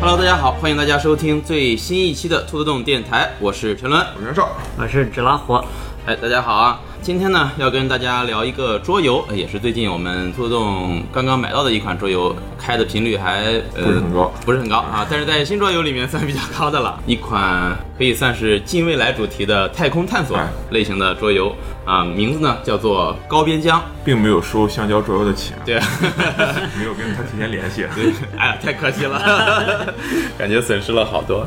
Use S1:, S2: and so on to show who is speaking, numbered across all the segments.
S1: Hello，大家好，欢迎大家收听最新一期的兔子洞电台，我是陈伦。
S2: 我是袁绍，
S3: 我是纸拉火，
S1: 哎，大家好啊！今天呢，要跟大家聊一个桌游，呃也是最近我们兔子洞刚刚买到的一款桌游，开的频率还、呃、
S2: 不是很高
S1: 不是很高啊，但是在新桌游里面算比较高的 了。一款可以算是近未来主题的太空探索
S2: 哎
S1: 类型的桌游啊、名字呢叫做《高边疆》。
S2: 并没有收香蕉桌游的钱，
S1: 对，
S2: 没有跟他提前联系。
S1: 哎呀，太可惜了， 感觉损失了好多。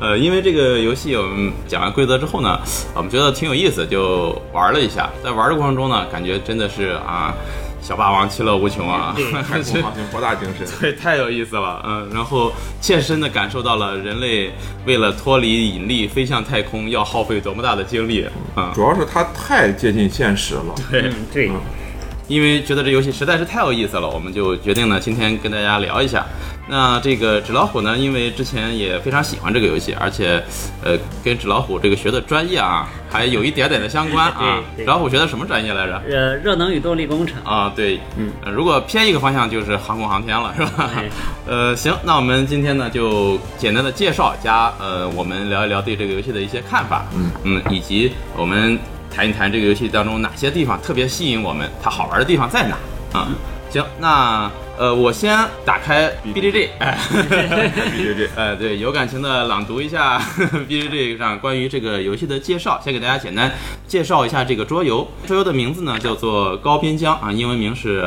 S1: 呃，因为这个游戏我们讲完规则之后呢，我们觉得挺有意思，就玩了一下。在玩的过程中呢，感觉真的是啊，小霸王其乐无穷啊。
S2: 太空航行博大精深，
S1: 对，太有意思了，嗯，然后切身的感受到了人类为了脱离引力飞向太空要耗费多么大的精力，嗯，
S2: 主要是它太接近现实了。
S1: 对，
S3: 嗯，对，
S1: 因为觉得这游戏实在是太有意思了，我们就决定呢今天跟大家聊一下。那这个纸老虎呢，因为之前也非常喜欢这个游戏，而且，呃，跟纸老虎这个学的专业啊，还有一点点的相关啊。
S3: 对对
S1: 纸老虎学的什么专业来着？
S3: 呃，热能与动力工程，
S1: 啊，对，嗯、如果偏一个方向就是航空航天了，是吧
S3: 哎？
S1: 呃，行，那我们今天呢就简单的介绍加呃，我们聊一聊对这个游戏的一些看法，
S2: 嗯
S1: 以及我们谈一谈这个游戏当中哪些地方特别吸引我们，它好玩的地方在哪啊？行，那呃，我先打开 BGG，哎，
S2: 对对对，
S1: 呃，对，有感情的朗读一下 BJJ 上关于这个游戏的介绍，先给大家简单介绍一下这个桌游。桌游的名字呢叫做《高边疆》啊，英文名是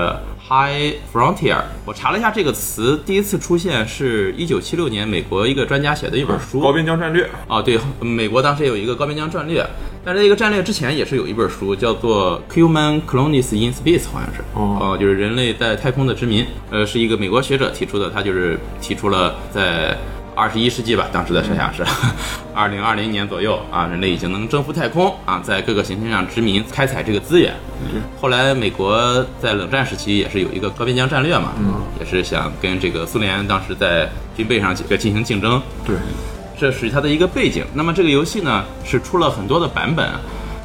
S1: High Frontier。我查了一下这个词，第一次出现是一九七六年美国一个专家写的一本书，
S2: 高边疆战略，
S1: 啊，对，美国当时也有一个高边疆战略，但是这个战略之前也是有一本书叫做《Human Colonies in Space》，好像是，
S2: 哦
S1: 呃就是人类在太空的殖民，呃，是一个美国学者提出的，他就是提出了在二十一世纪吧，当时的设想是二零二零年左右啊，人类已经能征服太空啊，在各个行星上殖民开采这个资源。后来美国在冷战时期也是有一个高边疆战略嘛，也是想跟这个苏联当时在军备上进行竞争。
S2: 对，
S1: 这属于它的一个背景。那么这个游戏呢是出了很多的版本，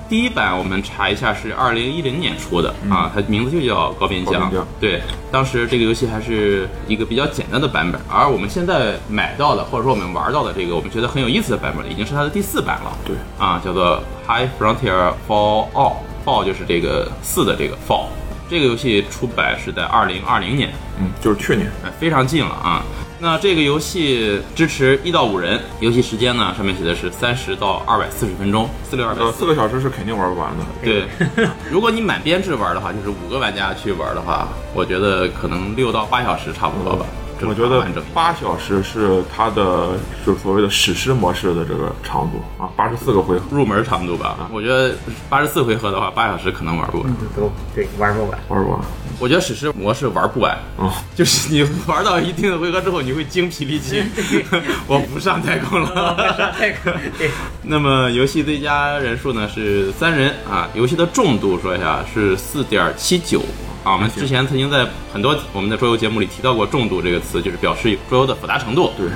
S1: 第一版我们查一下是二零一零年出的、啊，它名字就叫高边
S2: 嗯高
S1: 疆
S2: 边疆。
S1: 对，当时这个游戏还是一个比较简单的版本，而我们现在买到的或者说我们玩到的这个我们觉得很有意思的版本，已经是它的第四版了。
S2: 对，
S1: 啊，叫做 High Frontier Fall All。Fall 就是这个四的这个 Fall。这个游戏出版是在二零二零年。
S2: 嗯，就是去年，
S1: 哎，非常近了啊。那这个游戏支持一到五人，游戏时间呢？上面写的是三十到二百四十分钟，四六二百
S2: 呃，四
S1: 四。
S2: 个小时是肯定玩不完的。
S1: 对， 如果你满编制玩的话，就是五个玩家去玩的话，我觉得可能六到八小时差不多吧。这
S2: 我
S1: 么
S2: 觉得
S1: 完整。
S2: 八小时是它的，就是所谓的史诗模式的这个长度啊，八十四个回合。
S1: 入门长度
S2: 啊
S1: 吧，我觉得八十四回合的话，八小时可能玩不完。
S2: 嗯
S3: 都对，玩 不完，
S2: 玩不完，
S1: 我觉得史诗模式玩不完，
S2: 嗯，
S1: 就是你玩到一定的回合之后，你会精疲力 尽。我不上太空了。
S3: 对，
S1: 那么游戏最佳人数呢是三人啊，游戏的重度说一下是四点七九啊。我们之前曾经在很多我们的桌游节目里提到过“重度”这个词，就是表示桌游的复杂程度。
S2: 对，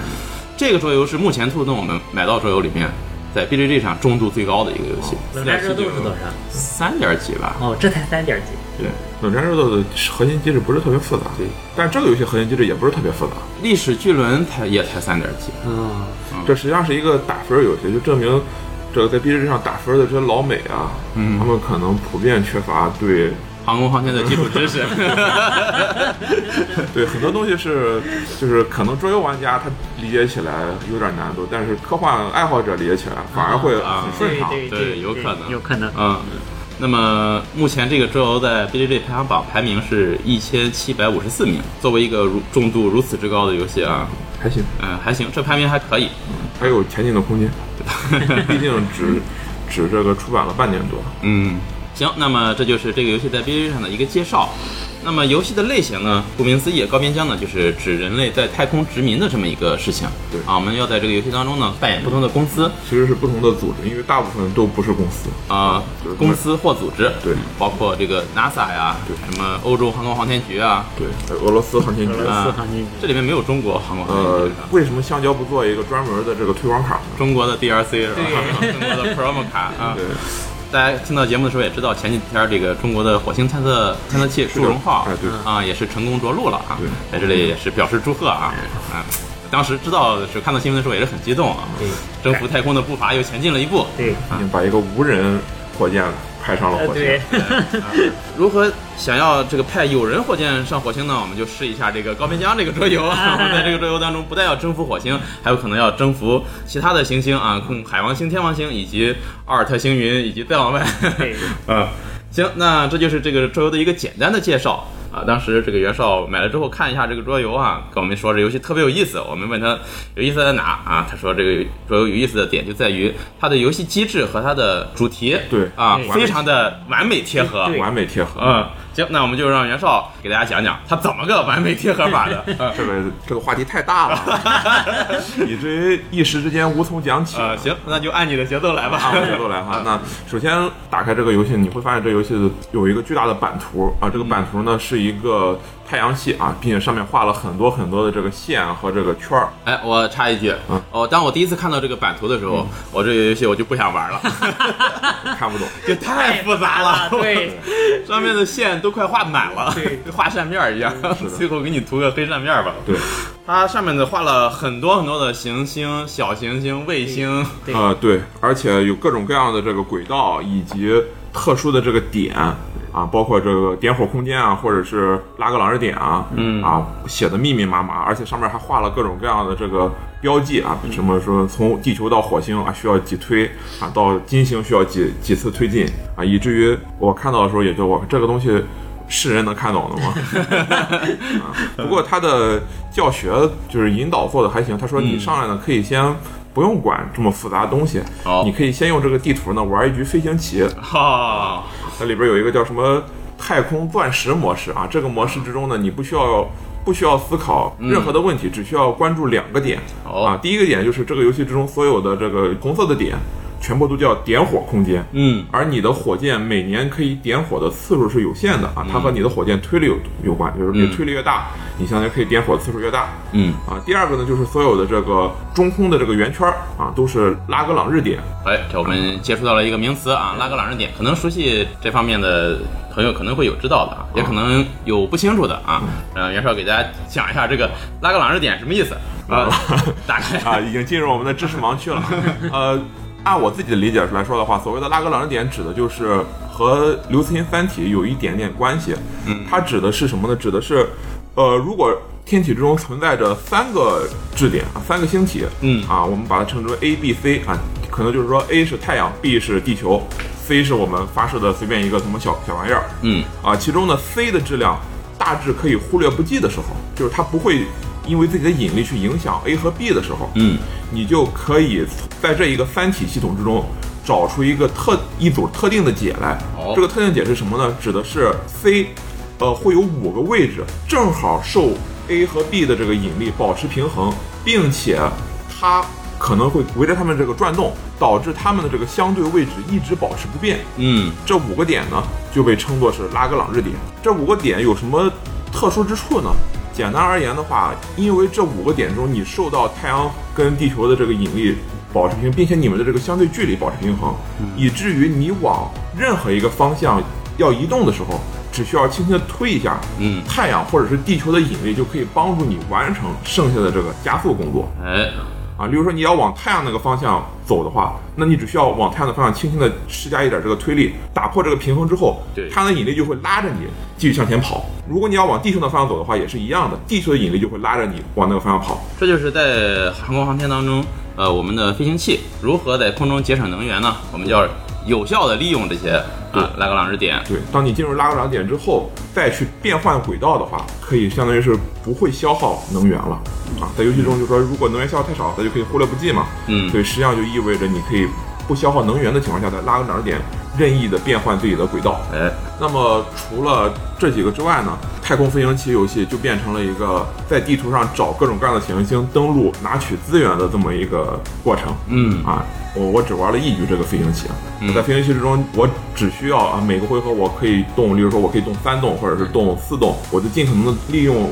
S1: 这个桌游是目前兔动我们买到桌游里面，在 BGG 上重度最高的一个游戏，四
S3: 冷战
S1: 点
S3: 热
S1: 七
S3: 度
S1: 九
S3: 是多少？
S1: 三点几吧。
S3: 哦，这才三点几，
S2: 对，冷战热斗的核心机制不是特别复杂，
S1: 对，
S2: 但这个游戏核心机制也不是特别复杂，
S1: 历史巨轮才也才三点几，
S3: 嗯，
S2: 这实际上是一个打分游戏，就证明这个在 B 站上打分的这些老美啊，他们可能普遍缺乏对
S1: 航空航天的基础知识。
S2: 对很多东西是，就是可能桌游玩家他理解起来有点难度，但是科幻爱好者理解起来反而会
S1: 啊
S2: 很顺畅。
S3: 对
S1: 对有可能
S3: 有可能，
S1: 嗯，那么目前这个桌游在 BJJ 排行榜排名是一千七百五十四名。作为一个如重度如此之高的游戏啊，
S2: 还行，
S1: 嗯，还行，这排名还可以。
S2: 还有前进的 空间，毕竟只只这个出版了半年多，
S1: 嗯，行，那么这就是这个游戏在 BJJ 上的一个介绍。那么游戏的类型呢，顾名思义，高边疆呢就是指人类在太空殖民的这么一个事情。
S2: 对
S1: 啊，我们要在这个游戏当中呢扮演不同的公司
S2: 其实是不同的组织，因为大部分都不是公司。
S1: 啊、
S2: 就是
S1: 公司或组织，
S2: 对
S1: 包括这个 NASA 呀，
S2: 对
S1: 什么欧洲航空航天局啊，
S2: 对，俄罗斯航天局
S3: 俄。罗斯航天局，
S1: 这里面没有中国航空航天局啊
S2: 呃
S1: 是吧，
S2: 为什么香蕉不做一个专门的这个推广卡呢？
S1: 中国的 DRC 是吧？中国的 Promo 卡啊。
S2: 对，
S1: 大家听到节目的时候也知道，前几天这个中国的火星探测探测器祝融号
S2: 哎对
S1: 啊也是成功着陆了啊
S2: 对，
S1: 在这里也是表示祝贺啊啊。当时知道是看到新闻的时候也是很激动啊，
S3: 对
S1: 征服太空的步伐又前进了一步。
S3: 对，
S2: 已经把一个无人火箭派上了
S3: 呃
S2: 火
S3: 对
S2: 星。，
S1: 如何想要这个派有人火箭上火星呢？我们就试一下这个高边疆这个桌游。啊 我们在这个桌游当中，不但要征服火星，还有可能要征服其他的行星啊，控海王星、天王星以及阿尔特星云，以及再往 外。
S3: 对，
S1: 啊，行，那这就是这个桌游的一个简单的介绍啊。当时这个袁绍买了之后看一下这个桌游啊，跟我们说这游戏特别有意思。我们问他有意思在哪啊？他说这个桌游有意思的点就在于它的游戏机制和它的主题
S2: 对
S1: 啊
S3: 对，
S1: 非常的完美贴合。
S3: 对
S2: 完美贴合，
S1: 嗯，行，那我们就让袁绍给大家讲讲他怎么个完美贴合法的。嗯
S2: 这个这个话题太大了， 以至于一时之间无从讲起。
S1: 呃，行，那就按你的节奏来吧。
S2: 按我节奏来
S3: 呃
S2: 哈，那首先打开这个游戏，你会发现这游戏有一个巨大的版图啊，这个版图呢是一个太阳系啊，并且上面画了很多很多的这个线和这个圈儿，
S1: 哎，我插一句，
S2: 嗯
S1: 哦，当我第一次看到这个版图的时候，我这个游戏我就不想玩了，
S2: 看不懂。
S1: 这太复杂了。
S3: 对，
S1: 上面的线都快画满了，
S3: 对
S1: 跟 画扇面儿一样。 最后给你涂个黑扇面儿吧。
S2: 对，
S1: 它上面的画了很多很多的行星、小行星、卫星。
S3: 对
S2: 呃，对，而且有各种各样的这个轨道以及特殊的这个点啊，包括这个点火空间啊，或者是拉格朗日点啊，嗯啊，写的密密麻麻，而且上面还画了各种各样的这个标记啊，什么说从地球到火星啊需要几推啊，到金星需要几几次推进啊，以至于我看到的时候也就我这个东西。是人能看懂的吗？不过他的教学就是引导做的还行。他说你上来呢，可以先不用管这么复杂的东西，
S1: 好
S2: 你可以先用这个地图呢玩一局飞行棋。
S1: 哦，
S2: 它里边有一个叫什么太空钻石模式啊，这个模式之中呢，你不需要。不需要思考任何的问题，只需要关注两个点、
S1: 哦
S2: 啊。第一个点就是这个游戏之中所有的这个红色的点，全部都叫点火空间。
S1: 嗯，
S2: 而你的火箭每年可以点火的次数是有限的啊，它和你的火箭推力有有关，就是你
S1: 嗯
S2: 推力越大，你相当于可以点火的次数越大。
S1: 嗯，
S2: 啊，第二个呢，就是所有的这个中空的这个圆圈儿啊，都是拉格朗日点。
S1: 哎，这我们接触到了一个名词啊，拉格朗日点，可能熟悉这方面的朋友可能会有知道的啊，也可能有不清楚的啊。嗯，袁绍给大家讲一下这个拉格朗日点什么意思啊？大概
S2: 啊，已经进入我们的知识盲区了。呃，按我自己的理解来说的话，所谓的拉格朗日点指的就是和刘慈欣《三体》有一点点关系。嗯，它指的是什么呢？指的是，呃，如果天体之中存在着三个质点啊，三个星体，
S1: 嗯
S2: 啊，我们把它称之为 A、B、C 啊，可能就是说 A 是太阳，B 是地球，C 是我们发射的随便一个什么小小玩意儿，
S1: 嗯
S2: 啊，其中呢 C 的质量大致可以忽略不计的时候，就是它不会因为自己的引力去影响 A 和 B 的时候，
S1: 嗯，
S2: 你就可以在这一个三体系统之中找出一个特一组特定的解来。
S1: 哦
S2: 这个特定解是什么呢？指的是 C，呃，会有五个位置正好受 A 和 B 的这个引力保持平衡，并且它可能会围着它们这个转动，导致它们的这个相对位置一直保持不变。
S1: 嗯，
S2: 这五个点呢就被称作是拉格朗日点。这五个点有什么特殊之处呢？简单而言的话，因为这五个点中你受到太阳跟地球的这个引力保持平衡，并且你们的这个相对距离保持平衡，以至于你往任何一个方向要移动的时候，只需要轻轻的推一下，
S1: 嗯
S2: 太阳或者是地球的引力就可以帮助你完成剩下的这个加速工作。
S1: 哎，
S2: 啊，例如说你要往太阳那个方向走的话，那你只需要往太阳的方向轻轻的施加一点这个推力，打破这个平衡之后，
S1: 对
S2: 太阳的引力就会拉着你继续向前跑。如果你要往地球那方向走的话，也是一样的，地球的引力就会拉着你往那个方向跑。
S1: 这就是在航空航天当中，呃，我们的飞行器如何在空中节省能源呢？我们就要有效的利用这些啊拉格朗日点。
S2: 对，当你进入拉格朗点之后，再去变换轨道的话，可以相当于是不会消耗能源了啊。在游戏中就说，如果能源消耗太少，它就可以忽略不计嘛。
S1: 嗯
S2: 所以实际上就意味着你可以不消耗能源的情况下，在拉格朗点任意的变换自己的轨道。
S1: 哎，
S2: 那么除了这几个之外呢，太空飞行棋游戏就变成了一个在地图上找各种各样的行星登陆、拿取资源的这么一个过程。
S1: 嗯
S2: 啊，我我只玩了一局这个飞行棋，啊在飞行棋之中，我只需要啊每个回合我可以动，例如说我可以动三动或者是动四动，我就尽可能的利用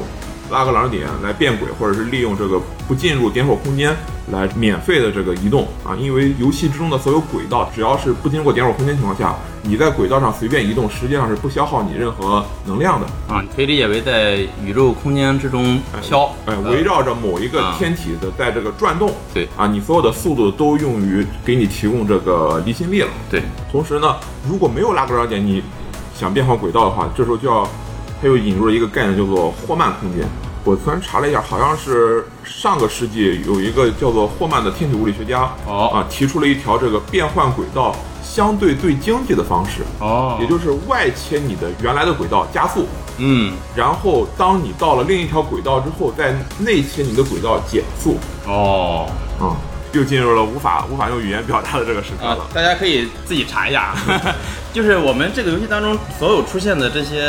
S2: 拉格朗日点来变轨，或者是利用这个不进入点火空间来免费的这个移动啊。因为游戏之中的所有轨道，只要是不经过点火空间情况下，你在轨道上随便移动，实际上是不消耗你任何能量的。
S1: 啊，你可以理解为在宇宙空间之中飘，
S2: 哎，
S1: 呃
S2: 围绕着某一个
S1: 啊
S2: 天体的在这个转动，
S1: 对
S2: 啊，你所有的速度都用于给你提供这个离心力了。
S1: 对，
S2: 同时呢，如果没有拉格朗日点，你想变换轨道的话，这时候就要，它又引入了一个概念叫做霍曼空间。我突然查了一下，好像是上个世纪有一个叫做霍曼的天体物理学家，
S1: 哦
S2: 啊，提出了一条这个变换轨道相对最经济的方式，
S1: 哦
S2: 也就是外切你的原来的轨道加速，
S1: 嗯，
S2: 然后当你到了另一条轨道之后，再内切你的轨道减速，
S1: 哦，
S2: 啊、又进入了无法无法用语言表达的这个时刻
S1: 啊
S2: 了。，
S1: 大家可以自己查一下， 就是我们这个游戏当中所有出现的这些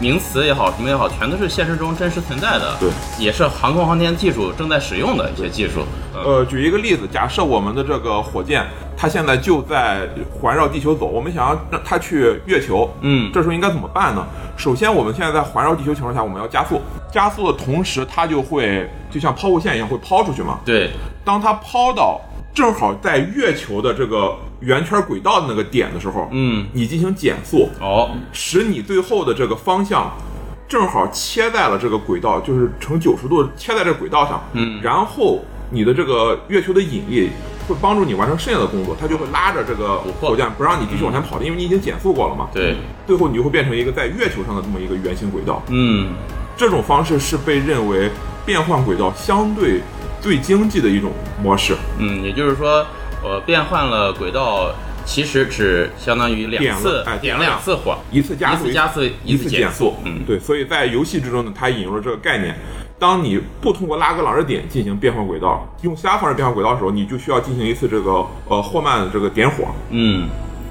S1: 名词也好，什么也好，全都是现实中真实存在的，
S2: 对，
S1: 也是航空航天技术正在使用的一些技术，呃，
S2: 呃，举一个例子，假设我们的这个火箭，它现在就在环绕地球走，我们想要让它去月球，
S1: 嗯
S2: 这时候应该怎么办呢？首先，我们现在在环绕地球情况下，我们要加速，加速的同时，它就会就像抛物线一样会抛出去嘛。
S1: 对，
S2: 当它抛到正好在月球的这个圆圈轨道的那个点的时候，
S1: 嗯
S2: 你进行减速，
S1: 哦，
S2: 使你最后的这个方向正好切在了这个轨道，就是呈九十度切在这个轨道上。
S1: 嗯
S2: 然后你的这个月球的引力会帮助你完成剩下的工作，它就会拉着这个火箭不让你继续往前跑了，因为你已经减速过了嘛。
S1: 嗯对，
S2: 最后你就会变成一个在月球上的这么一个圆形轨道。
S1: 嗯，
S2: 这种方式是被认为变换轨道相对最经济的一种模式。
S1: 嗯，也就是说，我变换了轨道，其实只相当于两次
S2: 点了哎
S1: 点了两次火，
S2: 一次加速，
S1: 一次加速
S2: 一
S1: 一次
S2: 次
S1: 减
S2: 减
S1: 速
S2: 速。
S1: 嗯
S2: 对，所以在游戏之中呢，它引入了这个概念。当你不通过拉格朗日点进行变换轨道，用其他方式变换轨道的时候，你就需要进行一次这个呃霍曼的这个点火。
S1: 嗯，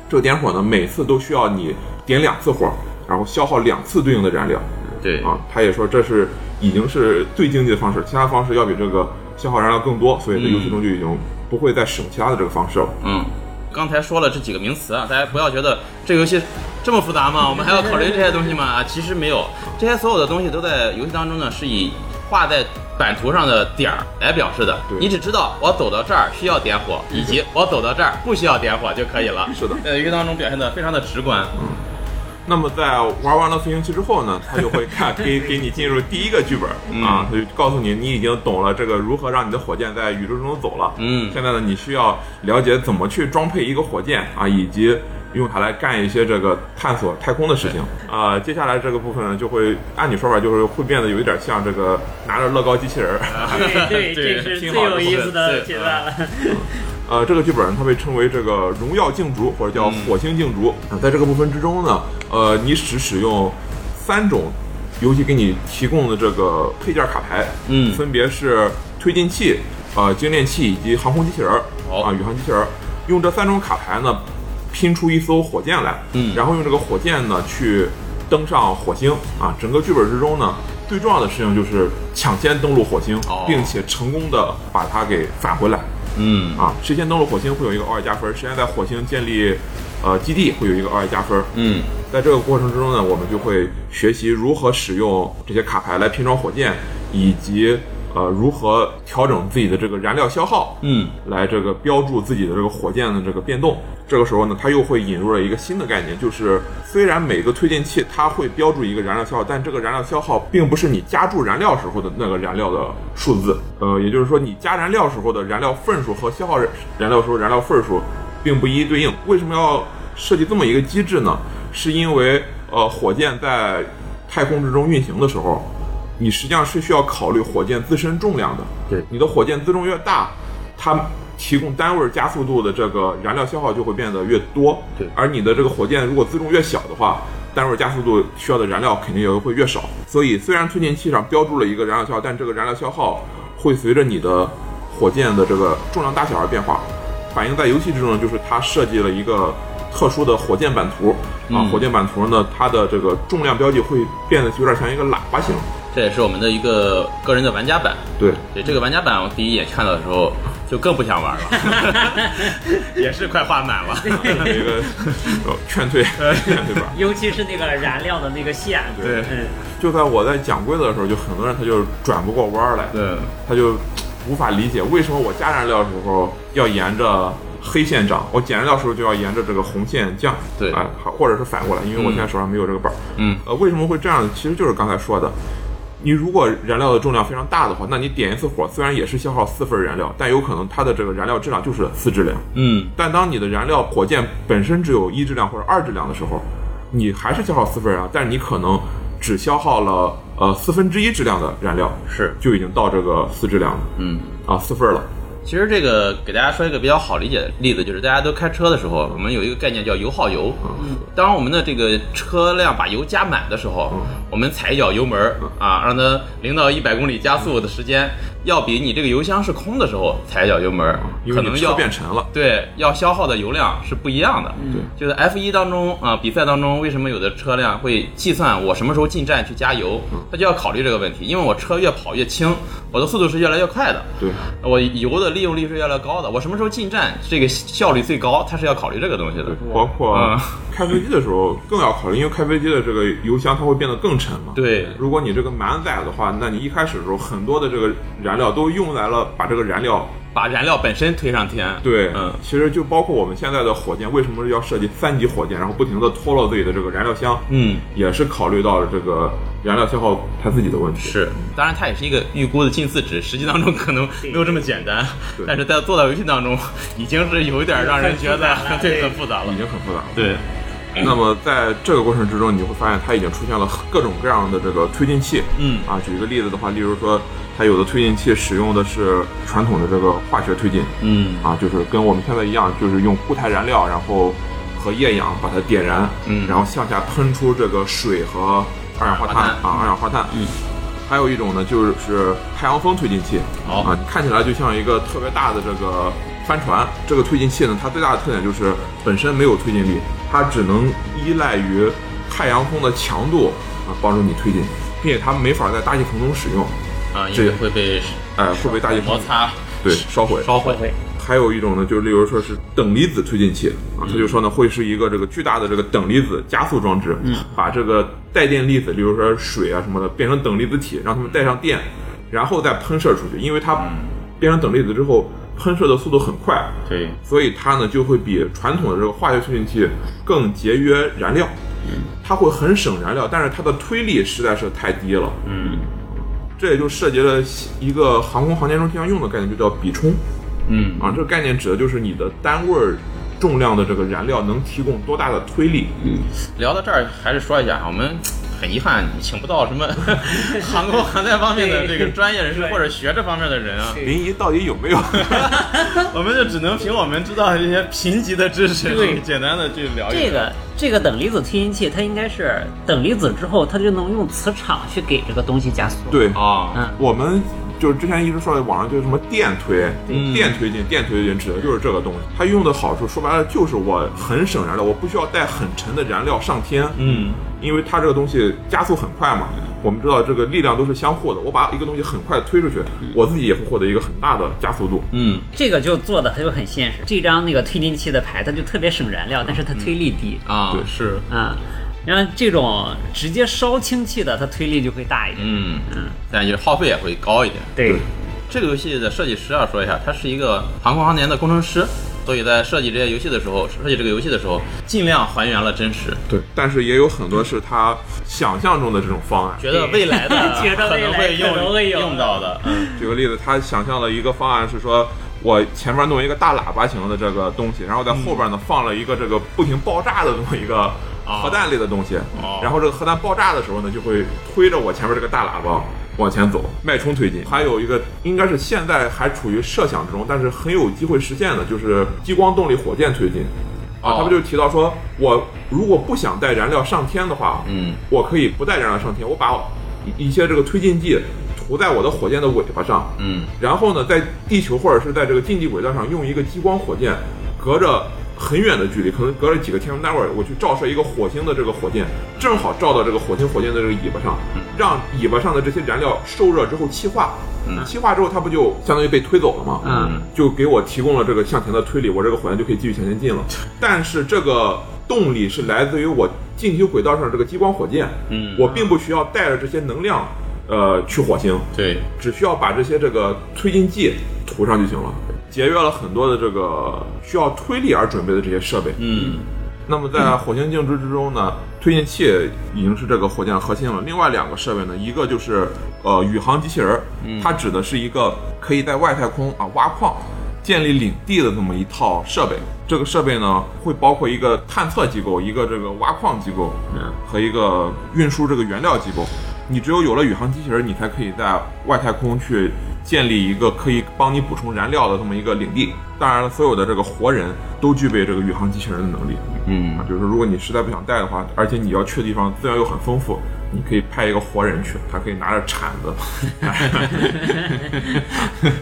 S2: 这个点火呢，每次都需要你点两次火，然后消耗两次对应的燃料。
S1: 对，
S2: 啊，他也说这是已经是最经济的方式，其他方式要比这个消耗燃料更多，所以在游戏中就已经不会再使用其他的这个方式了。
S1: 嗯，刚才说了这几个名词啊，大家不要觉得这个游戏这么复杂吗？我们还要考虑这些东西吗？啊，其实没有，这些所有的东西都在游戏当中呢，是以画在版图上的点儿来表示的。
S2: 对
S1: 你只知道我走到这儿需要点火，以及我走到这儿不需要点火就可以了。呃
S2: 是的
S1: 在游戏当中表现的非常的直观。
S2: 那么在玩完了飞行器之后呢， 他就会看给给你进入第一个剧本、啊，他就告诉你你已经懂了这个如何让你的火箭在宇宙中走了。
S1: 嗯
S2: 现在呢，你需要了解怎么去装配一个火箭啊，以及用它来干一些这个探索太空的事情啊、接下来这个部分呢，就会按你说法，就是会变得有一点像这个拿着乐高机器人儿。
S3: 对对，
S1: 对
S3: 这是
S2: 挺
S3: 最
S2: 好的
S3: 有意思的嗯
S1: 是
S3: 阶段了。
S2: 呃，这个剧本它被称为这个荣耀竞逐或者
S1: 嗯
S2: 叫火星竞逐。啊，在这个部分之中呢，呃，你只使用三种游戏给你提供的这个配件卡牌，
S1: 嗯
S2: 分别是推进器、呃精炼器以及航空机器人儿
S1: 好
S2: 啊、宇航机器人儿，用这三种卡牌呢拼出一艘火箭来，
S1: 嗯
S2: 然后用这个火箭呢去登上火星啊。整个剧本之中呢。最重要的事情就是抢先登陆火星，
S1: 哦
S2: 并且成功的把它给返回来。
S1: 嗯
S2: 啊，事先登陆火星会有一个额外加分，事先在火星建立呃基地会有一个额外加分。
S1: 嗯
S2: 在这个过程之中呢，我们就会学习如何使用这些卡牌来拼装火箭，以及呃如何调整自己的这个燃料消耗，
S1: 嗯，
S2: 来这个标注自己的这个火箭的这个变动。这个时候呢，它又会引入了一个新的概念，就是虽然每个推进器它会标注一个燃料消耗，但这个燃料消耗并不是你加注燃料时候的那个燃料的数字。呃，也就是说，你加燃料时候的燃料份数和消耗燃燃料时候燃料份数并不一一对应。为什么要设计这么一个机制呢？是因为呃，火箭在太空之中运行的时候，你实际上是需要考虑火箭自身重量的。
S1: 对
S2: 你的火箭自重越大，它提供单位加速度的这个燃料消耗就会变得越多。
S1: 对
S2: 而你的这个火箭如果自重越小的话，单位加速度需要的燃料肯定也会越少。所以虽然推进器上标注了一个燃料消耗，但这个燃料消耗会随着你的火箭的这个重量大小而变化。反映在游戏之中呢，就是它设计了一个特殊的火箭版图啊，
S1: 嗯
S2: 火箭版图呢，它的这个重量标记会变得有点像一个喇叭形。
S1: 这也是我们的一个个人的玩家版。
S2: 对，
S1: 对这个玩家版，我第一眼看到的时候，就更不想玩 了，也是快画满了。
S2: 一个呃劝退劝退吧。
S3: 尤其是那个燃料的那个线，
S1: 对
S3: 嗯，
S2: 就在我在讲规则的时候，就很多人他就转不过弯儿来，
S1: 对，
S2: 他就无法理解为什么我加燃料的时候要沿着黑线涨，我减燃料的时候就要沿着这个红线降，
S1: 对
S2: 啊、好或者是反过来，因为我现在手上没有这个板儿，
S1: 嗯，
S2: 呃，为什么会这样？其实就是刚才说的。你如果燃料的重量非常大的话，那你点一次火虽然也是消耗四份燃料，但有可能它的这个燃料质量就是四质量。
S1: 嗯，
S2: 但当你的燃料火箭本身只有一质量或者二质量的时候，你还是消耗四分燃料，但是你可能只消耗了呃四分之一质量的燃料，
S1: 是，
S2: 就已经到这个四质量了
S1: 嗯。
S2: 啊四分了。
S1: 其实这个给大家说一个比较好理解的例子，就是大家都开车的时候，我们有一个概念叫油耗油。当我们的这个车辆把油加满的时候，我们踩一脚油门儿啊，让它零到一百公里加速的时间，要比你这个油箱是空的时候踩一脚油门儿，
S2: 因
S1: 可
S2: 为你
S1: 能
S2: 车
S1: 要
S2: 变沉了，
S1: 对要消耗的油量是不一样的。
S3: 嗯
S1: 就是 F 1当中啊、比赛当中为什么有的车辆会计算我什么时候进站去加油？他就要考虑这个问题，因为我车越跑越轻，我的速度是越来越快的。
S2: 对，
S1: 我油的利用率是越来越高的，我什么时候进站这个效率最高，它是要考虑这个东西的。
S2: 包括
S1: 嗯
S2: 开飞机的时候更要考虑，因为开飞机的这个油箱它会变得更沉嘛。，
S1: 对，
S2: 如果你这个满载的话，那你一开始的时候很多的这个燃料都用来了把这个燃料
S1: 把燃料本身推上天。
S2: 对，
S1: 嗯，
S2: 其实就包括我们现在的火箭，为什么要设计三级火箭，然后不停的脱落自己的这个燃料箱，
S1: 嗯，
S2: 也是考虑到了这个燃料消耗它自己的问题。
S1: 是，当然它也是一个预估的近似值，实际当中可能没有这么简单
S2: 对，
S1: 但是在做到游戏当中，已经是有一点让人觉得
S3: 很复杂了
S1: 对
S3: 对
S1: 很复杂了
S2: 已。经很复杂了。
S1: 对，
S2: 那么在这个过程之中，你会发现它已经出现了各种各样的这个推进器。
S1: 嗯
S2: 啊，举一个例子的话，例如说，它有的推进器使用的是传统的这个化学推进，
S1: 嗯
S2: 啊，就是跟我们现在一样，就是用固态燃料，然后和液氧把它点燃，
S1: 嗯
S2: 然后向下喷出这个水和二氧化碳
S1: 二氧
S2: 啊，二氧化碳，
S1: 嗯。
S2: 还有一种呢，就是太阳风推进器，
S1: 好
S2: 啊，看起来就像一个特别大的这个帆船。这个推进器呢，它最大的特点就是本身没有推进力，它只能依赖于太阳风的强度啊帮助你推进，并且它没法在大气层中使用，
S1: 啊，因
S2: 这
S1: 为
S2: 个
S1: 会被
S2: 呃，会被大气层
S1: 摩擦
S2: 对烧毁。
S1: 烧毁。
S3: 会
S2: 还有一种呢，就是例如说是等离子推进器啊，他就说呢会是一个这个巨大的这个等离子加速装置，把这个带电粒子，例如说水啊什么的，变成等离子体，让它们带上电，然后再喷射出去，因为它变成等离子之后，喷射的速度很快，
S1: 对，
S2: 所以它呢就会比传统的这个化学推进器更节约燃料，它会很省燃料，但是它的推力实在是太低了，
S1: 嗯
S2: 这也就涉及了一个航空航天中经常用的概念，就叫比冲。
S1: 嗯
S2: 啊，这个概念指的就是你的单位儿重量的这个燃料能提供多大的推力。
S1: 聊到这儿，还是说一下，我们很遗憾请不到 什么航空航天方面的这个专业人士
S3: 对
S1: 或者学这方面的人啊，
S3: 是
S2: 临沂到底有没有？
S1: 我们就只能凭我们知道的这些贫瘠的知识，
S3: 对
S1: 简单的去聊一聊
S3: 这个这个等离子推进器，它应该是等离子之后，它就能用磁场去给这个东西加速。，
S2: 对，
S1: 啊，
S3: 嗯，
S2: 我们就是之前一直说的网上就是什么电推
S1: 嗯、
S2: 电推进、电推进，指的就是这个东西。它用的好处说白了就是我很省燃料，我不需要带很沉的燃料上天。
S1: 嗯，
S2: 因为它这个东西加速很快嘛，我们知道这个力量都是相互的。我把一个东西很快推出去，我自己也会获得一个很大的加速度。
S1: 嗯，
S3: 这个就做的它就很现实。这张那个推进器的牌，它就特别省燃
S1: 嗯
S3: 料，但是它推力低。
S1: 啊，
S2: 对
S1: 是，
S3: 啊，然后这种直接烧氢气的，它推力就会大一点。
S1: 嗯，但就是耗费也会高一点。
S3: 对，
S1: 这个游戏的设计师啊，说一下，他是一个航空航天的工程师，所以在设计这些游戏的时候，设计这个游戏的时候，尽量还原了真实。
S2: 对，但是也有很多是他想象中的这种方案。
S1: 觉得未来的
S3: 觉得
S1: 可
S3: 未
S1: 能
S3: 来
S1: 会
S3: 可能
S1: 用
S3: 会有
S1: 用到的，嗯
S2: 举个例子，他想象了一个方案是说，我前面弄一个大喇叭型的这个东西，然后在后边呢放了一个这个不停爆炸的这么一个
S1: 嗯哦
S2: 核弹类的东西，
S1: 哦
S2: 然后这个核弹爆炸的时候呢，就会推着我前面这个大喇叭。往前走，脉冲推进。还有一个应该是现在还处于设想之中，但是很有机会实现的，就是激光动力火箭推进。啊，
S1: 哦
S2: 他们就提到说，我如果不想带燃料上天的话，
S1: 嗯，
S2: 我可以不带燃料上天，我把一一些这个推进剂涂在我的火箭的尾巴上，
S1: 嗯
S2: 然后呢，在地球或者是在这个近地轨道上用一个激光火箭，隔着很远的距离，可能隔了几个天文单位，我去照射一个火星的这个火箭，正好照到这个火星火箭的这个尾巴上，让尾巴上的这些燃料受热之后气化，气化之后它不就相当于被推走了吗？
S3: 嗯，
S2: 就给我提供了这个向前的推力，我这个火箭就可以继续向前进了。但是这个动力是来自于我进行轨道上的这个激光火箭，
S1: 嗯
S2: 我并不需要带着这些能量，呃，去火星，
S1: 对，
S2: 只需要把这些这个推进剂涂上就行了，节约了很多的这个需要推力而准备的这些设备。
S1: 嗯
S2: 那么在火星静止之中呢，推进器已经是这个火箭的核心了。另外两个设备呢，一个就是呃宇航机器人儿，它指的是一个可以在外太空啊挖矿、建立领地的这么一套设备。这个设备呢，会包括一个探测机构、一个这个挖矿机构
S3: 嗯
S2: 和一个运输这个原料机构。你只有有了宇航机器人儿，你才可以在外太空去建立一个可以帮你补充燃料的这么一个领地。当然了，所有的这个活人都具备这个宇航机器人的能力。啊
S1: 嗯，
S2: 就是如果你实在不想带的话，而且你要去的地方资源又很丰富，你可以派一个活人去，他可以拿着铲子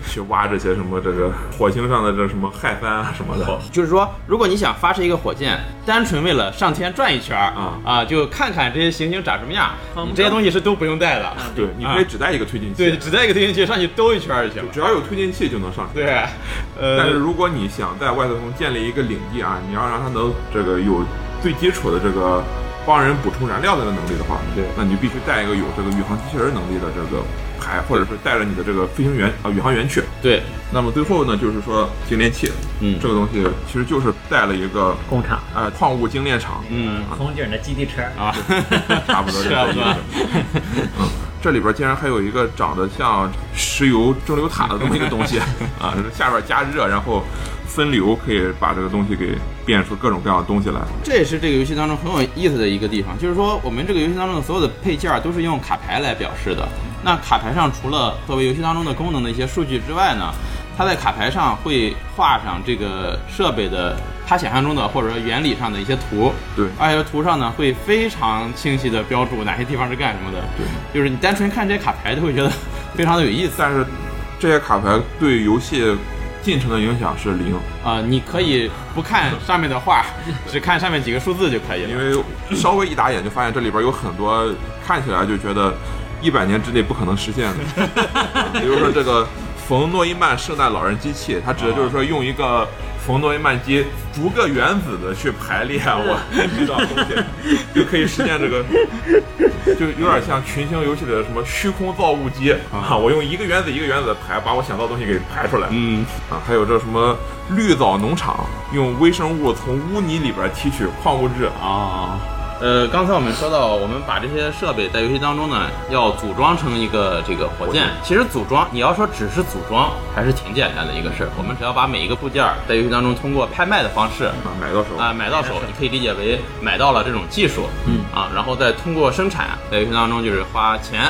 S2: 去挖这些什么这个火星上的这什么氦三啊什么的。
S1: 哦就是说，如果你想发射一个火箭，单纯为了上天转一圈儿
S2: 啊
S1: 啊，就看看这些行星长什么样，
S3: 方
S1: 你
S3: 便
S1: 这些东西是都不用带的，
S3: 嗯
S2: 对，你可以只带一个推进器，
S1: 对，只带一个推进器上去兜一圈儿就行了。
S2: 只要有推进器就能上去。
S1: 对，呃，
S2: 但是如果你想在外太空建立一个领地啊，你要让它能这个有最基础的这个帮人补充燃料的能力的话，
S1: 对
S2: 那你就必须带一个有这个宇航机器人能力的这个牌，或者是带着你的这个飞行员啊、宇航员去。
S1: 对，
S2: 那么最后呢，就是说精炼器，
S1: 嗯
S2: 这个东西其实就是带了一个
S3: 工厂
S2: 呃矿物精炼厂，
S1: 嗯
S3: 红警的基地车，
S1: 啊，
S2: 差不多 就
S1: 是啊
S2: 这意思。嗯，这里边竟然还有一个长得像石油蒸馏塔的这么一个东 西啊，就是下边加热，然后分流，可以把这个东西给变出各种各样的东西来。
S1: 这也是这个游戏当中很有意思的一个地方，就是说我们这个游戏当中的所有的配件儿都是用卡牌来表示的。那卡牌上除了作为游戏当中的功能的一些数据之外呢，它在卡牌上会画上这个设备的它想象中的或者说原理上的一些图，
S2: 对
S1: 而且图上呢会非常清晰的标注哪些地方是干什么的，
S2: 对，
S1: 就是你单纯看这些卡牌都会觉得非常的有意思。
S2: 但是这些卡牌对游戏进程的影响是零，
S1: 啊、你可以不看上面的画，只看上面几个数字就可以了
S2: 因。为稍微一打眼就发现这里边有很多看起来就觉得一百年之内不可能实现的， 啊比如说这个冯诺依曼圣诞老人机器，它指的就是说用一个冯诺依曼机逐个原子的去排列 我遇到的东西，就可以实现 这个，就有点像群星游戏里的什么虚空造物机啊，我用一个原子一个原子的排，把我想到的东西给排出来。
S1: 嗯，
S2: 啊，还有这什么绿藻农场，用微生物从污泥里边提取矿物质，
S1: 啊、呃，刚才我们说到，我们把这些设备在游戏当中呢，要组装成一个这个火箭。其实组装，你要说只是组装，还是挺简单的一个事儿。我们只要把每一个部件儿在游戏当中通过拍卖的方式。
S2: 啊，买到手。
S1: 啊、买到手，你可以理解为买到了这种技术，嗯啊，然后再通过生产，在游戏当中就是花钱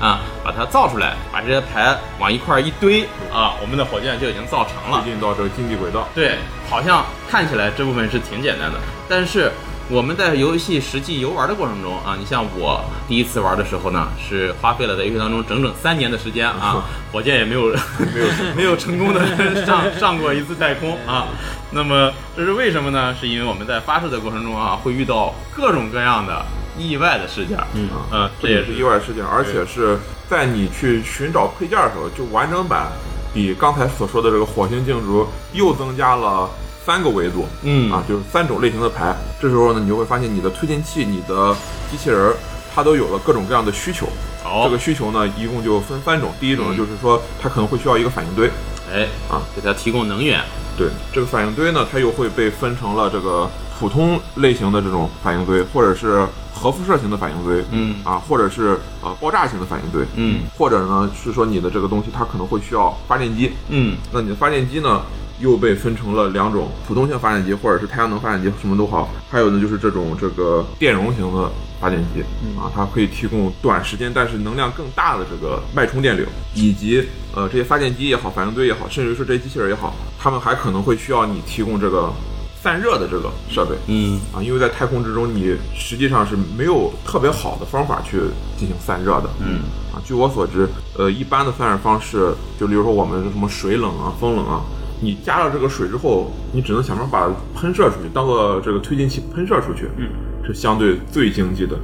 S1: 啊，把它造出来，把这些牌往一块儿一堆啊，我们的火箭就已经造成了
S2: 推。进到这个经济轨道。
S1: 对，好像看起来这部分是挺简单的，但是我们在游戏实际游玩的过程中啊，你像我第一次玩的时候呢，是花费了在游戏当中整整三年的时间啊， 火箭也没有没有没有成功的上上过一次太空啊。那么这是为什么呢？是因为我们在发射的过程中啊，会遇到各种各样的意外的事件。嗯嗯，这也
S2: 是
S1: 是
S2: 意外事件，而且是在你去寻找配件的时候，就完整版比刚才所说的这个火星竞逐又增加了三个维度。
S1: 嗯
S2: 啊，就是三种类型的牌。这时候呢，你就会发现你的推进器、你的机器人儿，它都有了各种各样的需求。
S1: 好
S2: 这个需求呢，一共就分三种。第一种呢，
S1: 嗯
S2: 就是说它可能会需要一个反应堆。
S1: 哎
S2: 啊，
S1: 给它提供能源。
S2: 对，这个反应堆呢，它又会被分成了这个普通类型的这种反应堆，或者是核辐射型的反应堆，
S1: 嗯
S2: 啊，或者是呃爆炸型的反应堆，
S1: 嗯
S2: 或者呢是说你的这个东西它可能会需要发电机，
S1: 嗯
S2: 那你的发电机呢又被分成了两种，普通型发电机或者是太阳能发电机，什么都好，还有呢就是这种这个电容型的发电机、啊，它可以提供短时间但是能量更大的这个脉冲电流，以及呃这些发电机也好，反应堆也好，甚至于说这些机器人也好，它们还可能会需要你提供这个散热的这个设备。
S1: 嗯，
S2: 啊，因为在太空之中，你实际上是没有特别好的方法去进行散热的。嗯，啊，据我所知，呃，一般的散热方式，就比如说我们什么水冷啊、风冷啊，你加了这个水之后，你只能想办法把它喷射出去，当个这个推进器喷射出去，嗯，是相对最经济的。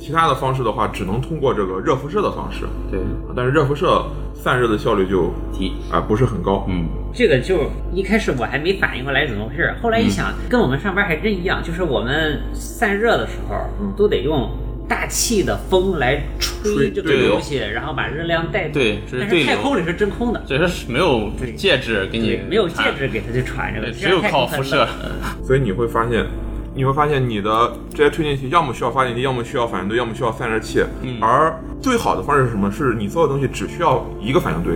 S2: 其他的方式的话，只能通过这个热辐射的方式，啊
S1: 对，
S2: 但是热辐射散热的效率就
S1: 提，
S2: 啊、不是很高。
S1: 嗯，
S3: 这个就一开始我还没反应过来怎么回事，后来
S1: 嗯
S3: 一想，跟我们上班还真一样，就是我们散热的时候、
S1: 嗯
S3: 都得用大气的风来吹
S2: 吹
S3: 这
S1: 对
S3: 个
S1: 流
S3: 东西，然后把热量带走。
S1: 对这是
S3: 但
S1: 对
S3: 是
S1: 流
S3: 太空里是真空的，
S1: 所以说是没有
S3: 对
S1: 介质给你
S3: 对，没有介
S1: 看，
S3: 质给它去传这个，
S1: 对只有靠辐射。
S2: 所以你会发现，你会发现你的这些推进器要么需要发电机，要么需要反应堆，要么需要散热器。
S1: 嗯
S2: 而最好的方式是什么？是你所有东西只需要一个反应堆，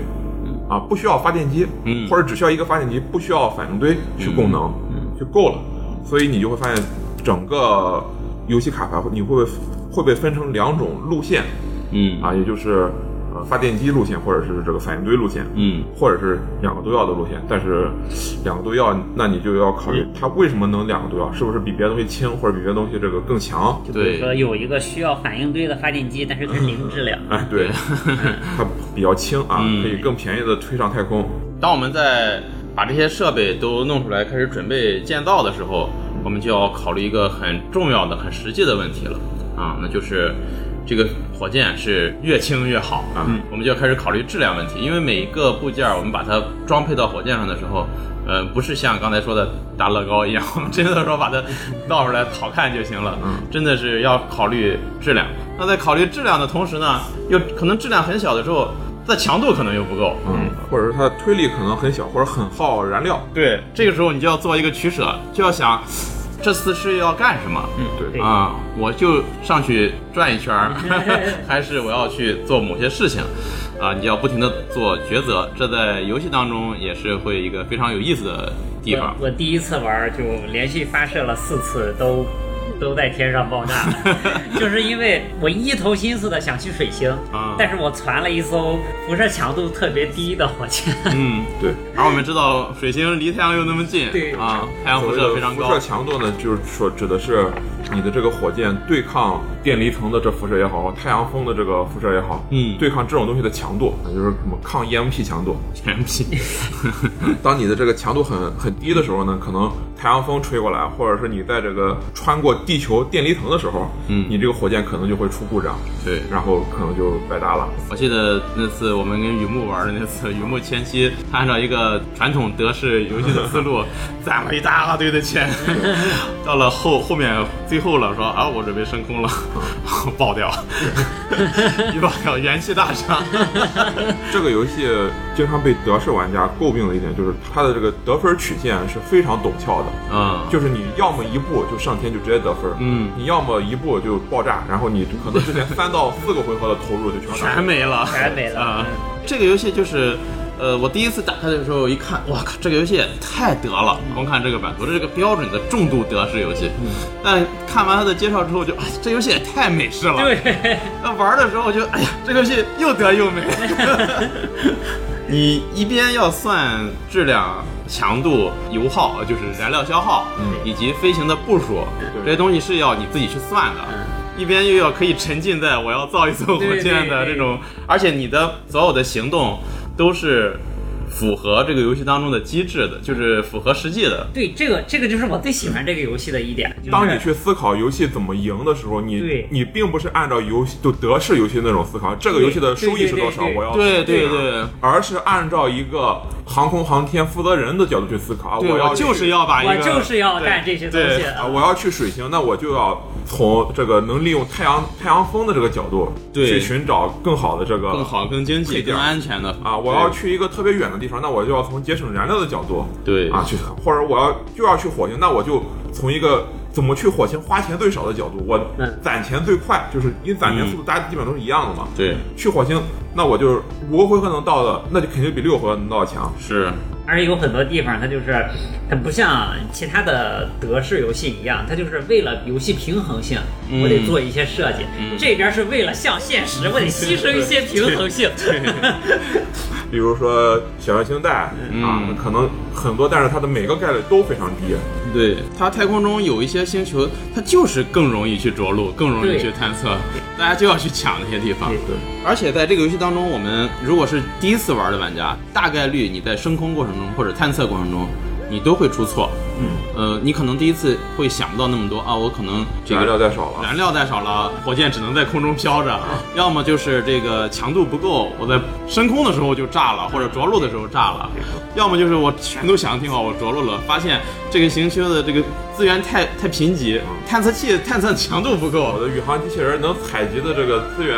S2: 啊，不需要发电机，
S1: 嗯
S2: 或者只需要一个发电机，不需要反应堆去供能，就够了。所以你就会发现，整个游戏卡牌会你会被会被分成两种路线
S1: 嗯
S2: 啊，也就是呃发电机路线或者是这个反应堆路线。
S1: 嗯，
S2: 或者是两个都要的路线，但是两个都要，那你就要考虑
S1: 嗯
S2: 它为什么能两个都要，是不是比别的东西轻，或者比别的东西这个更强？
S1: 对
S3: 说有一个需要反应堆的发电机，但是它是 零质量。
S2: 哎，对， 它比较轻啊，
S1: 嗯
S2: 可以更便宜的推上太空。啊
S1: 当我们在把这些设备都弄出来，开始准备建造的时候，我们就要考虑一个很重要的、很实际的问题了啊，那就是这个火箭是越轻越好啊，
S2: 嗯
S1: 我们就要开始考虑质量问题，因为每一个部件儿我们把它装配到火箭上的时候。呃，不是像刚才说的打乐高一样， 我们真的说把它倒出来好看就行了。
S2: 嗯
S1: 真的是要考虑质量。那在考虑质量的同时呢，又可能质量很小的时候，它的强度可能又不够。
S2: 嗯，或者是它的推力可能很小，或者很耗燃料。
S1: 对，这个时候你就要做一个取舍，就要想这次是要干什么。
S3: 嗯，
S2: 对
S3: 对，
S1: 啊、我就上去转一圈 儿，还是我要去做某些事情，啊，你要不停的做抉择，这在游戏当中也是会一个非常有意思的地方
S3: 我。我第一次玩儿就连续发射了四次，都都在天上 爆炸，就是因为我一头心思的想去水星，
S1: 啊
S3: 但是我攒了一艘辐射强度特别低的火箭，
S1: 嗯，
S2: 对，
S1: 而我们知道水星离太阳又那么近，
S3: 对
S1: 啊，太阳辐射非常
S2: 所谓的
S1: 高
S2: 辐射，强度呢，就是说指的是你的这个火箭对抗电离层的这辐射也好，太阳风的这个辐射也好，
S1: 嗯
S2: 对抗这种东西的强度，那就是什么抗 EMP 强度。
S1: 全 皮，
S2: 当你的这个强度很很低的时候呢，可能太阳风吹过来，或者是你在这个穿过地球电离层的时候，
S1: 嗯
S2: 你这个火箭可能就会出故障，
S1: 对，
S2: 然后可能就白搭了。
S1: 我记得那次我们跟雨木玩的那次，雨木前期他按照一个传统德式游戏的思路，攒了一大堆的钱，到了后后面最后了，说啊我准备升空了， 爆掉，一爆掉元气大伤，
S2: 这个游戏经常被德式玩家诟病的一点就是它的这个得分曲线是非常陡峭的，
S1: 嗯，
S2: 就是你要么一步就上天就直接得分，
S1: 嗯
S2: 你要么一步就爆炸，然后你可能之前三到四个回合的投入就全打
S1: 全没了，
S3: 全没了
S1: 啊、这个游戏就是，呃，我第一次打开的时候一看，哇靠，这个游戏也太德了！光看这个版图，这是个标准的重度德式游戏。但看完它的介绍之后就，啊，这游戏也太美式了。
S3: 对，
S1: 那玩的时候就，哎呀，这个游戏又德又 美。你一边要算质量、强度、油耗，就是燃料消耗，
S2: 嗯
S1: 以及飞行的步数，
S2: 对
S1: 这些东西是要你自己去算的。一边又要可以沉浸在我要造一艘火箭的
S3: 对对对
S1: 这种，而且你的所有的行动都是符合这个游戏当中的机制的，就是符合实际的。
S3: 对，这个这个就是我最喜欢这个游戏的一点，就是
S2: 当你去思考游戏怎么赢的时候，你
S3: 对
S2: 你并不是按照游戏就德式游戏那种思考，这个游戏的收益是多少，
S3: 对对对对
S2: 我要
S1: 对对
S2: 怎么样
S1: 对，
S2: 而是按照一个航空航天负责人的角度去思考，啊，
S1: 对
S2: 我要
S1: 我就是
S2: 要
S1: 要把一
S3: 我
S1: 个，
S3: 就是要干这些东
S1: 对
S3: 西
S1: 对
S2: 啊，我要去水星，那我就要从这个能利用太阳太阳风的这个角度
S1: 对
S2: 去寻找更好的这个
S1: 更好、更经济、
S2: 配件
S1: 更安全的
S2: 啊，我要
S1: 对
S2: 去一个特别远的地方，那我就要从节省燃料的角度
S1: 对
S2: 啊去，或者我要就要去火星，那我就从一个怎么去火星花钱最少的角度，我
S3: 嗯
S2: 攒钱最快，就是因为攒钱
S1: 嗯
S2: 速度大家基本都是一样的嘛。
S1: 对
S2: 去火星，那我就是五个回合能到的，那就肯定比六个回合能到的强。
S1: 是
S3: 而且有很多地方它就是它不像其他的德式游戏一样，它就是为了游戏平衡性，我得做一些设计。这边是为了向现实，我得牺牲一些平衡性。
S2: 比如说小行星带、
S1: 嗯
S2: 啊，可能很多，但是它的每个概率都非常低。
S1: 对，它太空中有一些星球，它就是更容易去着陆，更容易去探测。大家就要去抢那些地方。
S2: 对，
S1: 而且在这个游戏当中，我们如果是第一次玩的玩家，大概率你在升空过程中或者探测过程中，你都会出错。嗯，呃，你可能第一次会想不到那么多啊，我可能这
S2: 燃
S1: 个
S2: 料太少了。
S1: 燃料带少了，火箭只能在空中飘着，啊要么就是这个强度不够，我在升空的时候就炸了，或者着陆的时候炸了，要么就是我全都想得挺好，我着陆了，发现这个行星的这个资源太太贫瘠，探测器探测强度不
S2: 我
S1: 够，
S2: 的宇航机器人能采集的这个资源，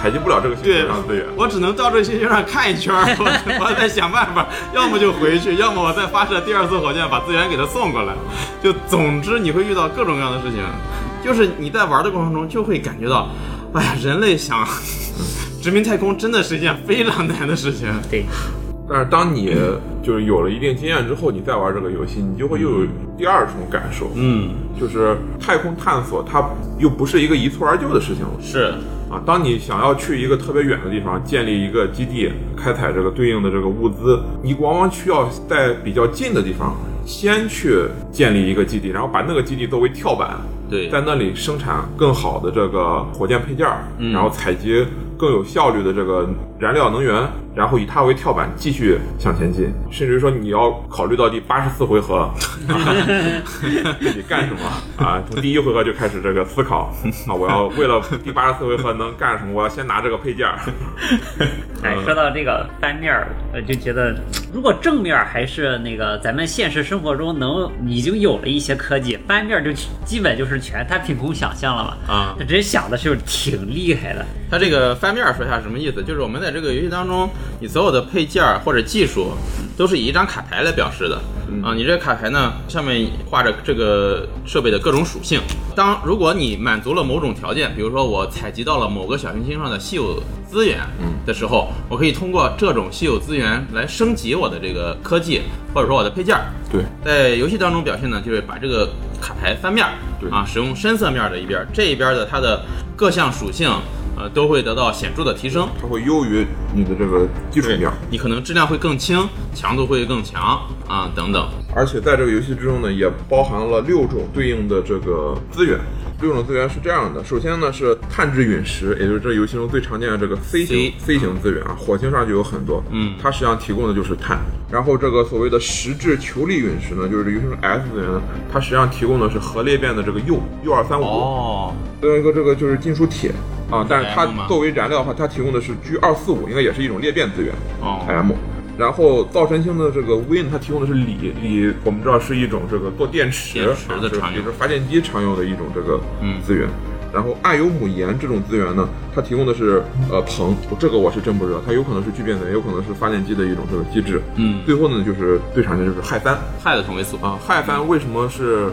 S2: 采集不了这个星
S1: 对
S2: 球上的资源。
S1: 我只能到这星球上看一圈儿，我 我再想办法，要么就回去，要么我再发射第二次火箭把资源给它送过来。就总之你会遇到各种各样的事情，就是你在玩的过程中就会感觉到，哎呀，人类想 殖民太空真的是一件非常难的事情。
S3: 对，
S2: 但是当你就是有了一定经验之后，你再玩这个游戏，你就会又有第二重感受，
S1: 嗯，
S2: 就是太空探索它又不是一个一蹴而就的事情了
S1: 是，
S2: 啊。当你想要去一个特别远的地方建立一个基地，开采这个对应的这个物资，你往往需要在比较近的地方先去建立一个基地，然后把那个基地作为跳板，
S1: 对
S2: 在那里生产更好的这个火箭配件儿，
S1: 嗯
S2: 然后采集更有效率的这个燃料能源，然后以它为跳板继续向前进，甚至于说你要考虑到第八十四回合， 啊自己干什么啊？从第一回合就开始这个思考，啊，我要为了第八十四回合能干什么？我要先拿这个配件儿，
S3: 哎，说到这个翻面儿，我就觉得，如果正面儿还是那个咱们现实生活中能已经有了一些科技，翻面儿就基本就是全他凭空想象了嘛。
S1: 啊
S3: 他真想的是挺厉害的。
S1: 它这个翻面儿说一下什么意思？就是我们在这个游戏当中，你所有的配件儿或者技术，都是以一张卡牌来表示的。啊，你这个卡牌呢，上面画着这个设备的各种属性。当如果你满足了某种条件，比如说我采集到了某个小行星上的稀有资源的时候，我可以通过这种稀有资源来升级我的这个科技，或者说我的配件儿。
S2: 对，
S1: 在游戏当中表现呢，就是把这个卡牌翻面儿，
S2: 对
S1: 啊，使用深色面儿的一边儿，这一边儿的它的各项属性，呃，都会得到显著的提升。
S2: 它会优于你的这个基础面儿。
S1: 你可能质量会更轻，强度会更强啊，等等。
S2: 而且在这个游戏之中呢，也包含了六种对应的这个资源。六种资源是这样的，首先呢是碳质陨石，也就是这游戏中最常见的这个 C 型 C 型资源啊，火星上就有很多，
S1: 嗯
S2: 它实际上提供的就是碳。然后这个所谓的实质球粒陨石呢，就是游戏中 S 资源呢，它实际上提供的是核裂变的这个铀铀二三五，
S1: 哦，
S2: 还有一个这个就是金属铁啊，但是它
S1: M 吗
S2: 作为燃料的话，它提供的是 G 二四五，应该也是一种裂变资源。
S1: 哦
S2: M。然后造神星的这个 Win，它提供的是锂，锂我们知道是一种这个做电池，
S1: 电池的
S2: 啊就是
S1: 常用
S2: 也就是发电机常用的一种这个
S1: 嗯
S2: 资源。然后爱尤姆盐这种资源呢，它提供的是呃硼，这个我是真不知道，它有可能是聚变能源，有可能是发电机的一种这个机制。
S1: 嗯
S2: 最后呢就是最常见就是氦三，
S1: 氦的同位素，
S2: 啊，氦三为什么是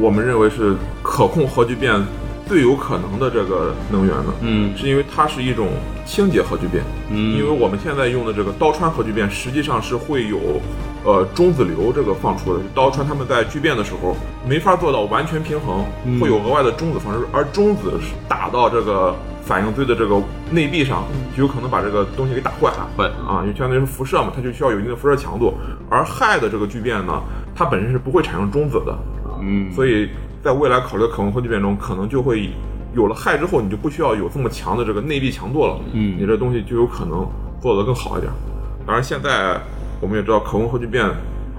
S2: 我们认为是可控核聚变最有可能的这个能源呢？
S1: 嗯
S2: 是因为它是一种清洁核聚变，
S1: 嗯
S2: 因为我们现在用的这个刀穿核聚变，实际上是会有呃中子流这个放出的。刀穿它们在聚变的时候没法做到完全平衡，
S1: 嗯
S2: 会有额外的中子放出，而中子是打到这个反应堆的这个内壁上，就有可能把这个东西给打坏。
S1: 会
S2: 啊，因为相当于是辐射嘛，它就需要有一定的辐射强度。而氦的这个聚变呢，它本身是不会产生中子的，
S1: 嗯，
S2: 所以在未来考虑可控核聚变中，可能就会有了氦之后，你就不需要有这么强的这个内力强度了，
S1: 嗯
S2: 你这东西就有可能做得更好一点。当然，现在我们也知道可控核聚变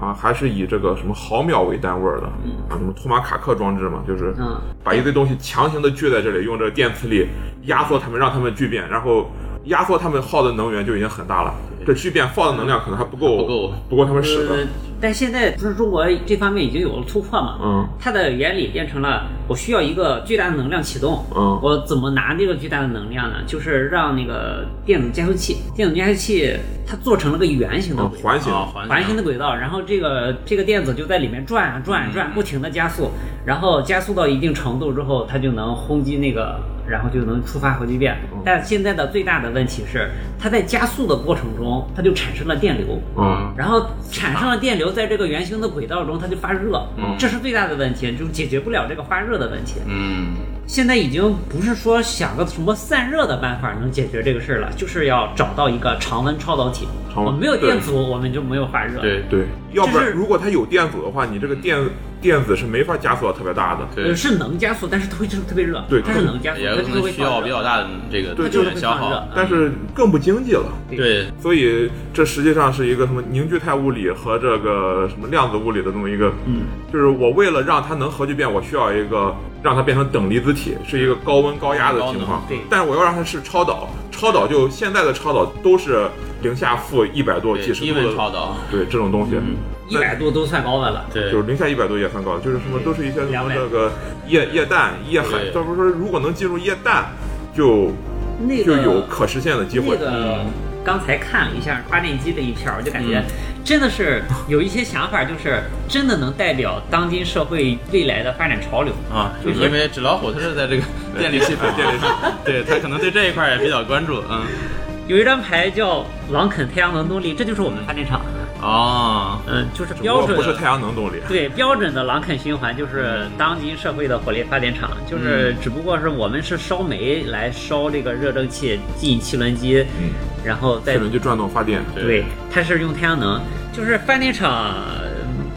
S2: 啊，还是以这个什么毫秒为单位的，
S1: 嗯
S2: 啊，什么托马卡克装置嘛，就是
S3: 嗯
S2: 把一堆东西强行的聚在这里，用这个电磁力压缩它们，让它们聚变，然后压缩它们耗的能源就已经很大了，这聚变耗的能量可能还不够，
S1: 不够
S2: 不够它们使的
S3: 呃，，但现在不是中国这方面已经有了突破嘛？
S2: 嗯
S3: 它的原理变成了我需要一个巨大的能量启动，
S2: 嗯
S3: 我怎么拿这个巨大的能量呢？就是让那个电子加速器，电子加速器它做成了个圆形的
S2: 嗯
S3: 轨道
S2: 环形。
S1: 啊，环
S3: 环形的轨道，然后这个这个电子就在里面转啊转啊
S2: 嗯
S3: 转，不停的加速，然后加速到一定程度之后，它就能轰击那个，然后就能触发核聚变。
S2: 嗯
S3: 但现在的最大的问题是，它在加速的过程中，它就产生了电流，
S2: 嗯，
S3: 然后产生了电流，在这个圆
S1: 嗯
S3: 形的轨道中，它就发热，这是最大的问题，就解决不了这个发热的问题。
S1: 嗯，
S3: 现在已经不是说想个什么散热的办法能解决这个事儿了，就是要找到一个常温超导体。
S2: 常温
S3: 我们没有
S2: 对
S3: 电阻，我们就没有发热。
S1: 对
S2: 对，要不
S3: 就
S2: 然
S3: 是
S2: 如果它有电阻的话，你这个电电子是没法加速到特别大的。
S3: 呃，
S1: 对，
S3: 是能加速，但是它会就是特别热，
S2: 对
S3: 它是能加速，
S1: 也
S3: 它
S1: 可
S3: 就是
S1: 能
S3: 会
S1: 需要
S3: 放
S1: 比
S3: 热
S1: 较大的这个
S2: 对
S1: 资
S3: 就是
S1: 源
S3: 会
S1: 消
S3: 放
S1: 耗
S3: 热。
S2: 但是更不经济了。
S1: 对，
S2: 所以这实际上是一个什么凝聚态物理和这个什么量子物理的这么一个，嗯，就是我为了让它能核聚变，我需要一个让它变成等离子体，是一个高温高压的情况。
S3: 对
S2: 但是我要让它是超导，超导就现在的超导都是零下负一百度、
S1: 对
S2: 几十
S1: 低
S2: 度
S1: 温超
S2: 的，
S1: 导，
S2: 对这种东西。
S3: 一百度都算高温了。
S1: 对
S2: 就，是零下一百度也算高，就是什么都是一些什
S3: 嗯两
S2: 么
S3: 百
S2: 这个液液氮、液氦
S1: 对，
S2: 倒不是说如果能进入液氮，就
S3: 那
S2: 就
S3: 个
S2: 有可实现的机会嗯
S3: 那。个刚才看了一下发电机的一篇儿，我就感觉
S1: 嗯
S3: 真的是有一些想法，就是真的能代表当今社会未来的发展潮流。
S1: 啊，就是因为纸老虎它是在这个电力系统啊，
S2: 电 力系统
S1: 对他可能对这一块也比较关注，嗯，
S3: 有一张牌叫“郎肯太阳能动力”，这就是我们发电厂，
S1: 哦，
S3: 嗯，就是
S2: 只不
S3: 标
S2: 过
S3: 准
S2: 不是
S3: 的。
S2: 太阳能动力。
S3: 对标准的郎肯循环就是当今社会的火力发电厂，就是只不过是我们是烧煤来烧这个热蒸汽进汽轮机，
S2: 嗯
S3: 然后再
S2: 汽轮机转动发电。
S3: 对，它是用太阳能，就是发电厂呃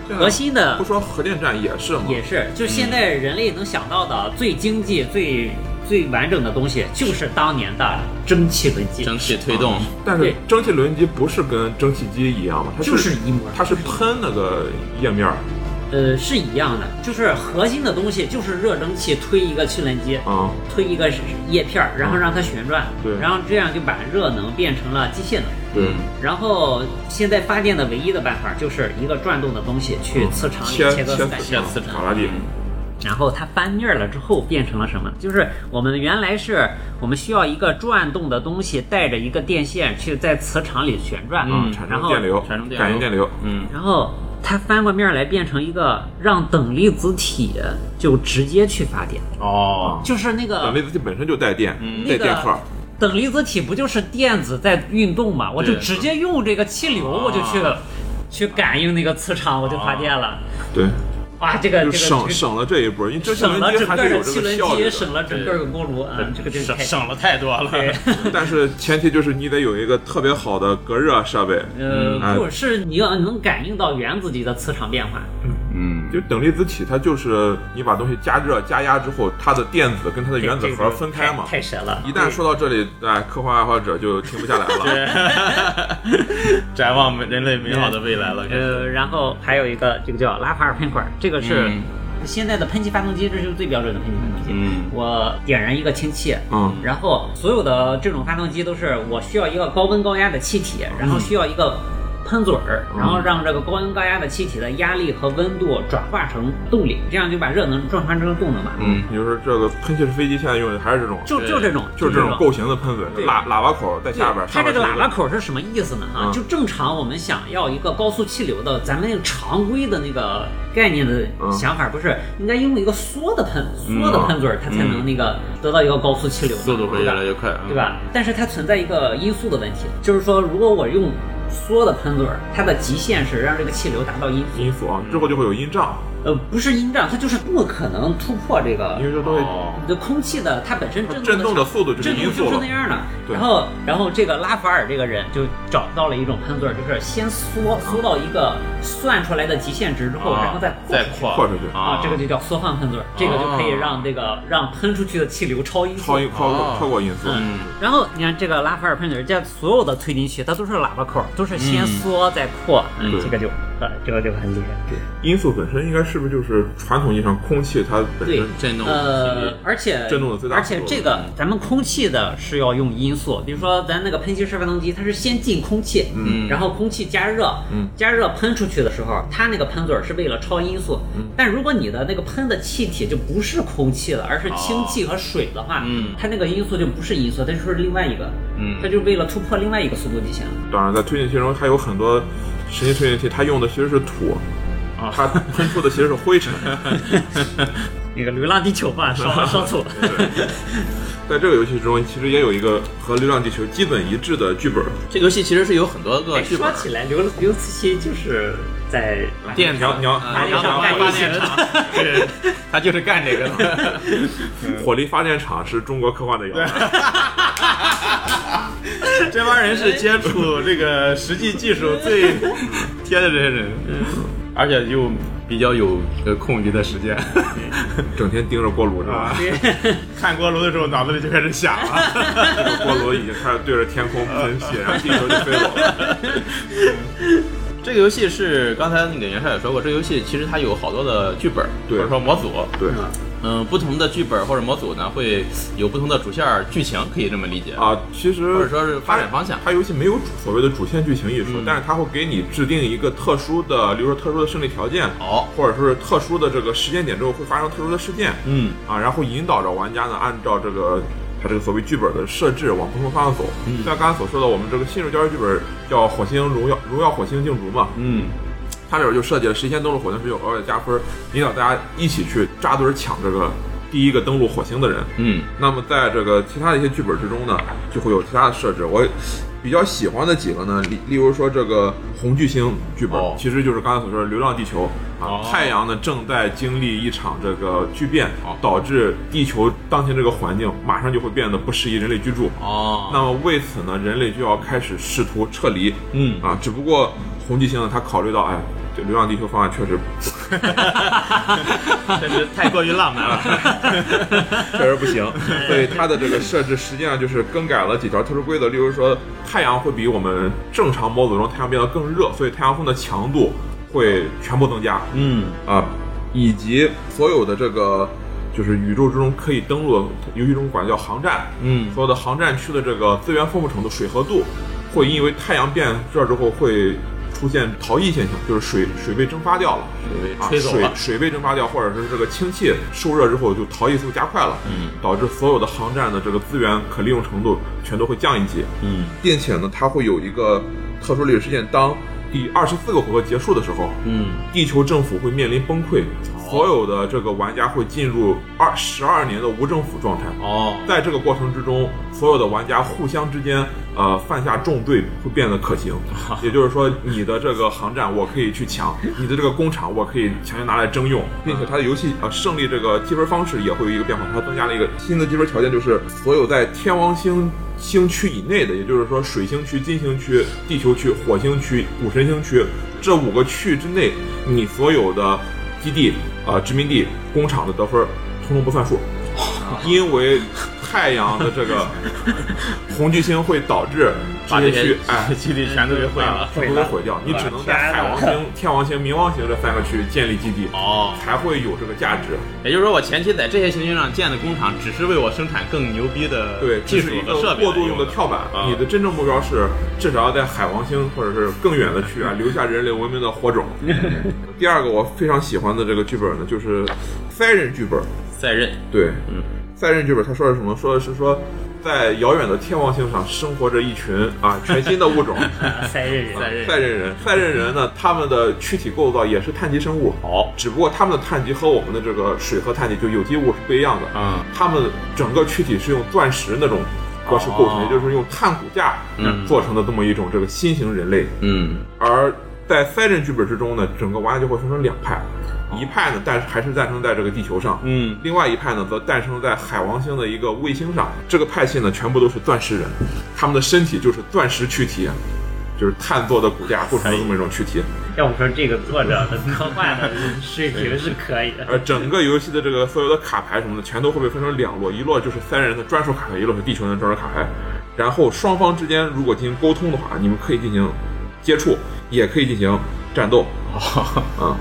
S2: 对啊
S3: 核心的
S2: 不说核电站也是吗？
S3: 也是，就现在人类能想到的最经
S2: 嗯
S3: 济、最最完整的东西，就是当年的蒸汽轮机，
S1: 蒸汽推动，
S2: 但是
S3: 对
S2: 蒸汽轮机不是跟蒸汽机一样吗？它
S3: 就是一模一样
S2: 它是喷那个液面儿
S3: 呃，是一样的，就是核心的东西就是热蒸汽推一个汽轮机，
S2: 啊，
S3: 推一个叶片儿，然后让它旋转，
S2: 嗯对
S3: 然后这样就把热能变成了机械能。
S2: 对，
S1: 嗯
S3: 然后现在发电的唯一的办法就是一个转动的东西去磁场里
S2: 哦切
S3: 切割
S2: 切
S3: 四百
S1: 切磁
S2: 卡
S1: 场，
S2: 拉地，
S3: 然后它翻面了之后变成了什么呢？就是我们原来是我们需要一个转动的东西带着一个电线去在磁场里旋转，
S2: 嗯，
S1: 嗯
S2: 产
S3: 然
S2: 生
S3: 后
S2: 电流，
S1: 产生电流
S2: 感应电流，
S1: 嗯，
S3: 然后它翻过面来变成一个让等离子体就直接去发电，
S1: 哦，
S3: 就是那
S2: 等
S3: 个
S2: 离子体本身就带电，带
S3: 呃
S1: 嗯
S3: 那
S2: 电荷
S3: 个。。等离子体不就是电子在运动嘛？我就
S1: 对
S3: 直接用这个气流，
S2: 啊
S3: 我就去、去感应那个磁场，我就发电了。
S2: 对，
S3: 哇，这个这
S2: 啊就
S3: 个这
S2: 省
S3: 个
S2: 省了这一波，因为蒸汽
S3: 省了
S2: 轮机
S3: 整
S2: 还
S3: 个
S2: 是有
S3: 的
S2: 这
S3: 汽
S2: 个
S3: 轮
S2: 效率
S3: 机，
S2: 的。
S3: 省了整个的锅炉啊，这个这个
S1: 省
S3: 太
S1: 省了太多
S3: 对
S1: 了，
S2: 但是前提就是你得有一个特别好的隔热设备，
S3: 呃，
S2: 嗯
S3: 或者是你要能感应到原子级的磁场变化，
S1: 嗯，
S2: 就等离子体，它就是你把东西加热加压之后，它的电子跟它的原子
S3: 这
S2: 核
S3: 个
S2: 分开嘛。
S3: 太太神了！
S2: 一旦说到这里，哎，科幻爱好者就停不下来 了。
S1: 展望人类美好的未来了，感觉
S3: 呃，然后还有一个这个叫拉法尔喷管，这个是
S1: 嗯
S3: 现在的喷气发动机，这就是最标准的喷气发动机。
S1: 嗯
S3: 我点燃一个氢气，
S2: 嗯，
S3: 然后所有的这种发动机都是我需要一个高温高压的气体，
S2: 嗯
S3: 然后需要一个喷嘴儿，然后让这个高温高压的气体的压力和温度转化成动力，这样就把热能转化成动能嘛。
S1: 嗯
S2: 你就说这个喷气式飞机现在用的还是这种，
S3: 就就这种，
S2: 就是这
S3: 这
S2: 种构型的喷嘴，
S3: 对
S2: 喇喇叭口在
S3: 对
S2: 下边，
S3: 它
S2: 上
S3: 这
S2: 面
S3: 个
S2: 是
S3: 喇
S2: 一
S3: 叭口是什么意思呢？啊
S2: 嗯，
S3: 就正常我们想要一个高速气流的，咱们那个常规的那个概念的
S2: 嗯
S3: 想法，不是应该用一个缩的喷缩的喷嘴
S2: 嗯
S3: 儿，它才能那个得到一个高速气流嘛，
S1: 速度会
S3: 对
S1: 越
S3: 吧
S1: 来越快，嗯
S3: 对？吧？但是它存在一个因素的问题，就是说如果我用缩的喷嘴儿，它的极限是让这个气流达到音速，
S2: 因素啊，之后就会有音障，
S3: 呃，不是音障，它就是不可能突破这个
S2: 因为这东西
S1: 哦
S3: 你的空气的它本身震
S2: 震动
S3: 动
S2: 的
S3: 的
S2: 速度就是
S3: 震
S2: 音
S3: 动
S2: 速
S3: 就是
S2: 了
S3: 那。样的。
S2: 对
S3: 然后，然后这个拉法尔这个人就找到了一种喷嘴儿，就是先缩
S2: 啊
S3: 缩到一个算出来的极限值之后，
S1: 啊
S3: 然后再扩
S1: 再
S3: 出去
S1: 扩
S2: 扩出去
S3: 啊，这个就叫缩放喷嘴儿，这个就可以让这个让喷出去的气流超音速
S2: 超。音超过
S1: 哦
S2: 超过音速，
S1: 嗯
S3: 然后你看这个拉法尔喷嘴，这所有的推进去，它都是喇叭口儿，都是先
S1: 嗯
S3: 缩再扩，嗯
S2: 对，
S3: 这个就呃，这个就很厉害。
S2: 音速本身应该是不是就是传统意义上空气它本身
S3: 对
S1: 震动
S3: 呃
S1: 体，
S3: 而且
S2: 震动的最大
S3: 而且
S2: 幅度
S3: 这个咱们空气的是要用音速，比如说咱那个喷气式发动机，它是先进空气，嗯，然后空气加热，嗯，加热喷出去的时候，它那个喷嘴儿是为了超音速，嗯，但如果你的那个喷的气体就不是空气了，而是氢气和水的话，
S1: 嗯
S3: 它那个音速就不是音速，它就是另外一个，
S1: 嗯
S3: 它就为了突破另外一个速度极限了。
S2: 当然，在推进器中还有很多神奇推进器，它用的其实是土，
S1: 啊
S2: 它 喷出的其 实是灰尘。
S3: 那个《流浪地球》吧，烧烧土。
S2: 在这个游戏中，其实也有一个和《流浪地球》基本一致的剧本，
S1: 这个游戏其实是有很多个
S3: 哎
S1: 剧本
S3: 说
S1: 的。
S3: 起来，刘刘慈欣就是在
S1: 电
S2: 你要你要
S3: 发
S1: 啊
S2: 你要
S3: 电
S1: 然后
S3: 厂
S1: 干
S3: 干
S1: 发
S3: 一
S1: 电
S3: 些
S1: 厂， 对，他就是干这个的。
S2: 火力发电厂是中国科幻的摇篮。
S1: 这帮人是接触这个实际技术最贴的这些人，而且又比较有呃空余的时间。
S2: 整天盯着锅炉是吧？
S1: 看锅炉的时候，脑子里就开始想了。
S2: 这个锅炉已经开始对着天空喷血，然后地球就飞 走了。
S1: 这个游戏是刚才那个袁绍也说过，这个游戏其实它有好多的剧本，或
S2: 对
S1: 者说模组。
S2: 对
S1: 嗯，不同的剧本或者模组呢，会有不同的主线儿剧情，可以这么理解。
S2: 啊，其实
S1: 或者说是发展方向嗯
S2: 它它游戏没有主所谓的主线剧情一说，但是它会给你制定一个特殊的，比如说特殊的胜利条件，
S1: 好
S2: 或者说是特殊的这个时间点之后会发生特殊的事件，
S1: 嗯
S2: 啊，然后引导着玩家呢，按照这个它这个所谓剧本的设置往不同方向走。
S1: 嗯
S2: 就像刚才所说的，我们这个新手教育剧本叫《火星荣耀荣耀火星竞逐》嘛，
S1: 嗯，
S2: 它里边就设计了谁先登陆火星谁就额外的加分，引导大家一起去扎堆儿抢这个第一个登陆火星的人。
S1: 嗯，
S2: 那么在这个其他的一些剧本之中呢，就会有其他的设置。我比较喜欢的几个呢，例例如说这个红巨星剧本，
S1: 哦
S2: 其实就是刚才所说的《流浪地球》啊，
S1: 哦
S2: 太阳呢正在经历一场这个巨变
S1: 哦，
S2: 导致地球当前这个环境马上就会变得不适宜人类居住。
S1: 哦，
S2: 那么为此呢，人类就要开始试图撤离。
S1: 嗯
S2: 啊，只不过红巨星呢，他考虑到，哎，这《流浪地球》方案确实
S4: 真是太过于浪漫 了。
S2: 确实不行，所以它的这个设置实际上就是更改了几条特殊规则，例如说太阳会比我们正常模组中太阳变得更热，所以太阳风的强度会全部增加啊、
S1: 嗯
S2: 以及所有的这个就是宇宙之中可以登陆的，游戏中管它叫航站，
S1: 嗯
S2: 所有的航站区的这个资源丰富程度、水合度，会因为太阳变热之后会出现逃逸现象，就是水水被蒸发掉了。
S1: 被
S2: 啊，
S1: 吹走了。
S2: 水水被蒸发掉，或者是这个氢气受热之后就逃逸速加快了，
S1: 嗯，
S2: 导致所有的航站的这个资源可利用程度全都会降一级，
S1: 嗯
S2: 并且呢，它会有一个特殊历史事件，当第二十四个回合结束的时候，
S1: 嗯，
S2: 地球政府会面临崩溃，所有的这个玩家会进入二十二年的无政府状态。
S1: 哦，
S2: 在这个过程之中，所有的玩家互相之间，呃，犯下重罪会变得可行。 也就是说，你的这个航站我可以去抢，你的这个工厂我可以强行拿来征用，并且它的游戏呃胜利这个积分方式也会有一个变化，它增加了一个新的积分条件，就是所有在天王星星区以内的，也就是说水星区、金星区、地球区、火星区、武神星区这五个区域之内，你所有的基地、呃殖民地、工厂的得分，通通不算数。 因为太阳的 这个红巨星会导致
S1: 把
S2: 这
S1: 这
S2: 些区
S1: 些
S2: 哎。
S1: 基地全都给毁了。
S2: 全部
S3: 嗯
S2: 都啊毁掉，你只能在海王星、天王星、冥王星这三个区建立基地，
S1: 哦，
S2: 才会有这个价值。
S1: 也就是说，我前期在这些行星上建的工厂，只是为我生产更牛逼的
S2: 对，
S1: 技
S2: 这
S1: 术
S2: 是一个
S1: 和设备
S2: 过渡
S1: 用
S2: 用的跳板
S1: 啊。
S2: 你的真正目标是至少要在海王星或者是更远的区啊，留下人类文明的 火种。第二个我非常喜欢的这个剧本呢，就是塞人剧本。
S1: 赛任。
S2: 对，
S1: 嗯，
S2: 赛任剧本他说的是什么？说的是说，在遥远的天王星上生活着一群啊 全新的物种，
S3: 塞壬人，
S1: 任
S2: 赛任人。赛任人呢，他们的躯体构造也是碳基生物，
S1: 好，
S2: 只不过他们的碳基和我们的这个水和碳基就有机物是不一样的。
S1: 嗯，
S2: 他们整个躯体是用钻石那种格式构成，
S1: 哦
S2: 也就是用碳骨架
S1: 嗯
S2: 做成的这么一种这个新型人类。
S1: 嗯，
S2: 而在塞壬剧本之中呢，整个玩家就会分成两派，一派呢，但是还是诞生在这个地球上，
S1: 嗯
S2: 另外一派呢，则诞生在海王星的一个卫星上。这个派系呢，全部都是钻石人，他们的身体就是钻石躯体，就是碳做的骨架构成的这么一种躯体。
S3: 要我说这个作者的科幻的水平是可以的。
S2: 而整个游戏的这个所有的卡牌什么的，全都会被分成两摞，一摞就是三人的专属卡牌，一摞是地球人的专属卡牌。然后双方之间如果进行沟通的话，你们可以进行接触，也可以进行战斗。
S1: 哦，
S2: 啊、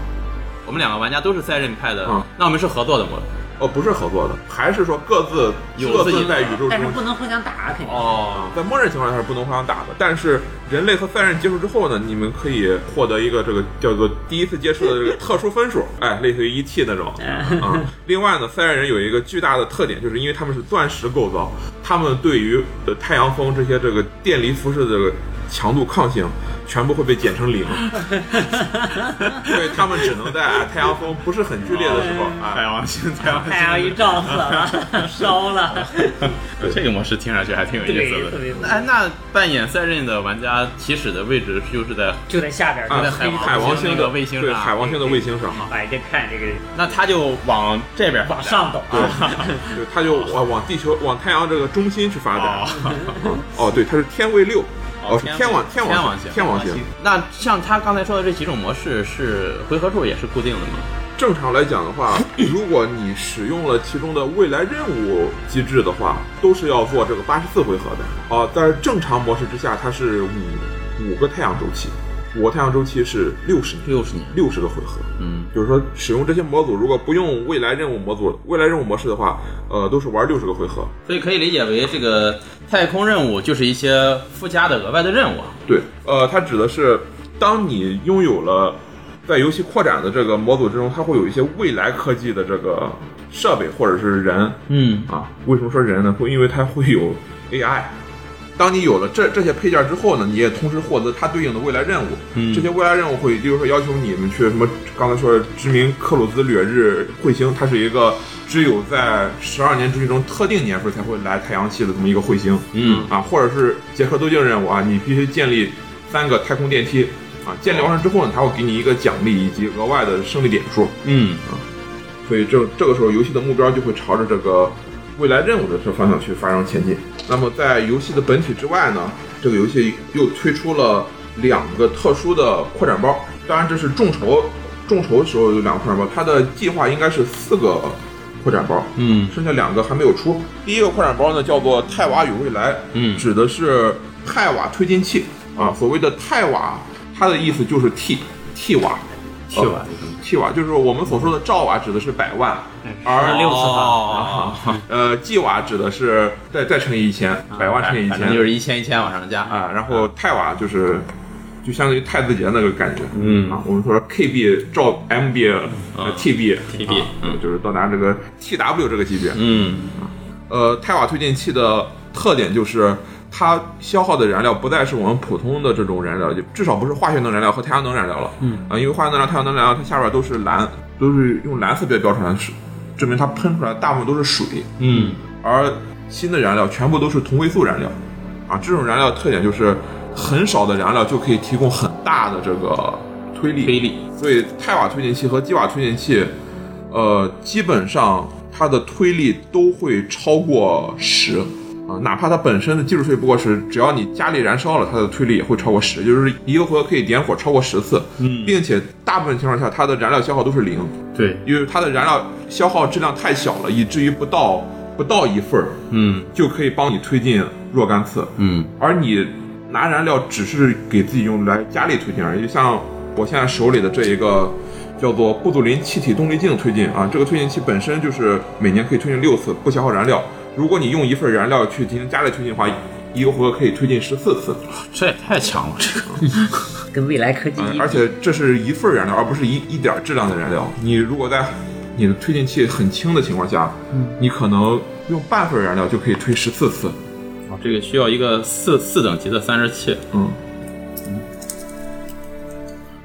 S1: 我们两个玩家都是赛任派的
S2: 嗯，
S1: 那我们是合作的模式。
S2: 哦，不是合作的，还是说各自
S1: 有
S2: 各
S1: 自己
S2: 自
S1: 的
S2: 在宇宙
S3: 但是
S2: 中
S3: 不能互相打，肯定。
S1: 哦，
S2: 在默认情况下是不能互相打的，但是人类和赛人接触之后呢，你们可以获得一个这个叫做第一次接触的这个特殊分数，哎，类似于 ET 那种
S1: 嗯
S2: 啊、另外呢，赛人人有一个巨大的特点，就是因为他们是钻石构造，他们对于呃太阳风这些这个电离辐射的这个强度抗性全部会被 减成零，所以他们只能在啊太阳风不是很剧烈的时候
S4: 海
S2: 啊，
S4: 王星，海王
S3: 太阳
S4: 星。
S3: 哎一照死了， 烧了，
S1: 这个模式听上去还挺有意
S3: 对，
S1: 思
S3: 特
S1: 的。
S3: 别不
S1: 哎，那扮演赛任的玩家起始的位置就是在，
S3: 就在下边儿，
S2: 啊
S3: 就在
S1: 海
S3: 黑
S1: 王
S2: 海王星
S1: 那个
S2: 的
S1: 卫星
S2: 对
S1: 上嗯
S2: 海王星的卫星上，啊
S3: 摆着看这个
S1: 那他就往这边
S3: 往上走啊，
S2: 对，它就往往地球往太阳这个中心去发展。
S1: 哦，
S2: 哦，对，它是天卫六，哦，是天王
S1: 天
S2: 王
S1: 星，
S2: 天王星。。
S1: 那像他刚才说的这几种模式，是回合数也是固定的吗？
S2: 正常来讲的话，如果你使用了其中的未来任务机制的话，都是要做这个八十四回合的。啊、在正常模式之下，它是五五个太阳周期，五个太阳周期是六十年，
S1: 六十年。
S2: 六十个回合。
S1: 嗯，
S2: 比如说，使用这些模组，如果不用未来任务模组、未来任务模式的话，呃，都是玩六十个回合。
S1: 所以可以理解为这个太空任务就是一些附加的额外的任务啊。
S2: 对，呃，它指的是当你拥有了在游戏扩展的这个模组之中，它会有一些未来科技的这个设备或者是人
S1: 嗯
S2: 啊。为什么说人呢？会因为它会有 AI。当你有了这这些配件之后呢，你也同时获得它对应的未来任务。
S1: 嗯
S2: 这些未来任务会，例如说要求你们去什么，刚才说的知名克鲁兹掠日彗星，它是一个只有在十二年周期中特定年份才会来太阳系的这么一个彗星。
S1: 嗯
S2: 啊，或者是捷克都境任务啊，你必须建立三个太空电梯啊，建立完成之后呢，它会给你一个奖励以及额外的胜利点数，
S1: 嗯，
S2: 所以这这个时候游戏的目标就会朝着这个未来任务的这方向去发生前进。那么在游戏的本体之外呢，这个游戏又推出了两个特殊的扩展包，当然这是众筹，众筹的时候有两个扩展包，它的计划应该是四个扩展包，
S1: 嗯
S2: 剩下两个还没有出。第一个扩展包呢，叫做泰瓦与未来，
S1: 嗯
S2: 指的是泰瓦推进器啊。所谓的泰瓦，它的意思就是 T T 瓦
S1: 去吧。
S2: ，T 瓦就是我们所说的兆瓦，指的是百万，而
S3: 六次方，
S2: 啊
S1: 哦，
S2: 呃 G 瓦指的是再再乘以一千，百万乘以
S1: 哎
S2: 一
S1: 反正
S2: 千
S1: 就是一千一千往上加。
S2: 啊。然后泰瓦就是。就相当于太字节那个感觉，
S1: 嗯
S2: 啊，我们说 KB 兆 MB 呃 TB
S1: TB
S2: 啊
S1: 嗯
S2: 就是到达这个 TW 这个级别，
S1: 嗯
S2: 呃，泰瓦推进器的特点就是它消耗的燃料不再是我们普通的这种燃料，就至少不是化学能燃料和太阳能燃料了。嗯，啊、因为化学能燃料、太阳能燃料它下边都是蓝，都是用蓝色标标出来的水，证明它喷出来大部分都是水，
S1: 嗯
S2: 而新的燃料全部都是同位素燃料。啊，这种燃料特点就是很少的燃料就可以提供很大的这个推力。
S1: 推力
S2: 所以泰瓦推进器和基瓦推进器，呃，基本上它的推力都会超过十啊，哪怕它本身的技术推不过十，只要你加力燃烧了，它的推力也会超过十，就是一个回合可以点火超过十次，
S1: 嗯
S2: 并且大部分情况下它的燃料消耗都是零，
S1: 对，
S2: 因为它的燃料消耗质量太小了，以至于不到不到一份儿
S1: 嗯
S2: 就可以帮你推进若干次，
S1: 嗯
S2: 而你拿燃料只是给自己用来加力推进而已。就像我现在手里的这一个叫做布杜林气体动力镜推进啊，这个推进器本身就是每年可以推进六次，不消耗燃料。如果你用一份燃料去进行加力推进的话，一个回合可以推进十四次，
S1: 这也太强了，这个
S3: 跟未来科技
S2: 嗯
S3: 一，比
S2: 而且这是一份燃料，而不是一一点质量的燃料。你如果在你的推进器很轻的情况下，你可能用半份燃料就可以推十四次，
S1: 哦这个需要一个四四等级的散热器。
S2: 嗯，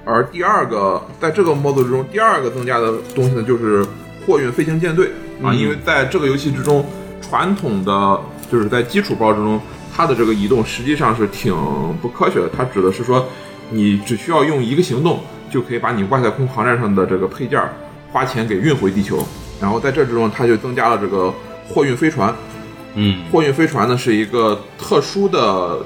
S2: 而第二个，在这个模组之中，第二个增加的东西呢，就是货运飞行舰队啊，
S1: 嗯
S2: 因为在这个游戏之中，传统的就是在基础包之中，它的这个移动实际上是挺不科学的。它指的是说，你只需要用一个行动就可以把你外太空航站上的这个配件儿花钱给运回地球，然后在这之中，它就增加了这个货运飞船。
S1: 嗯
S2: 货运飞船呢是一个特殊的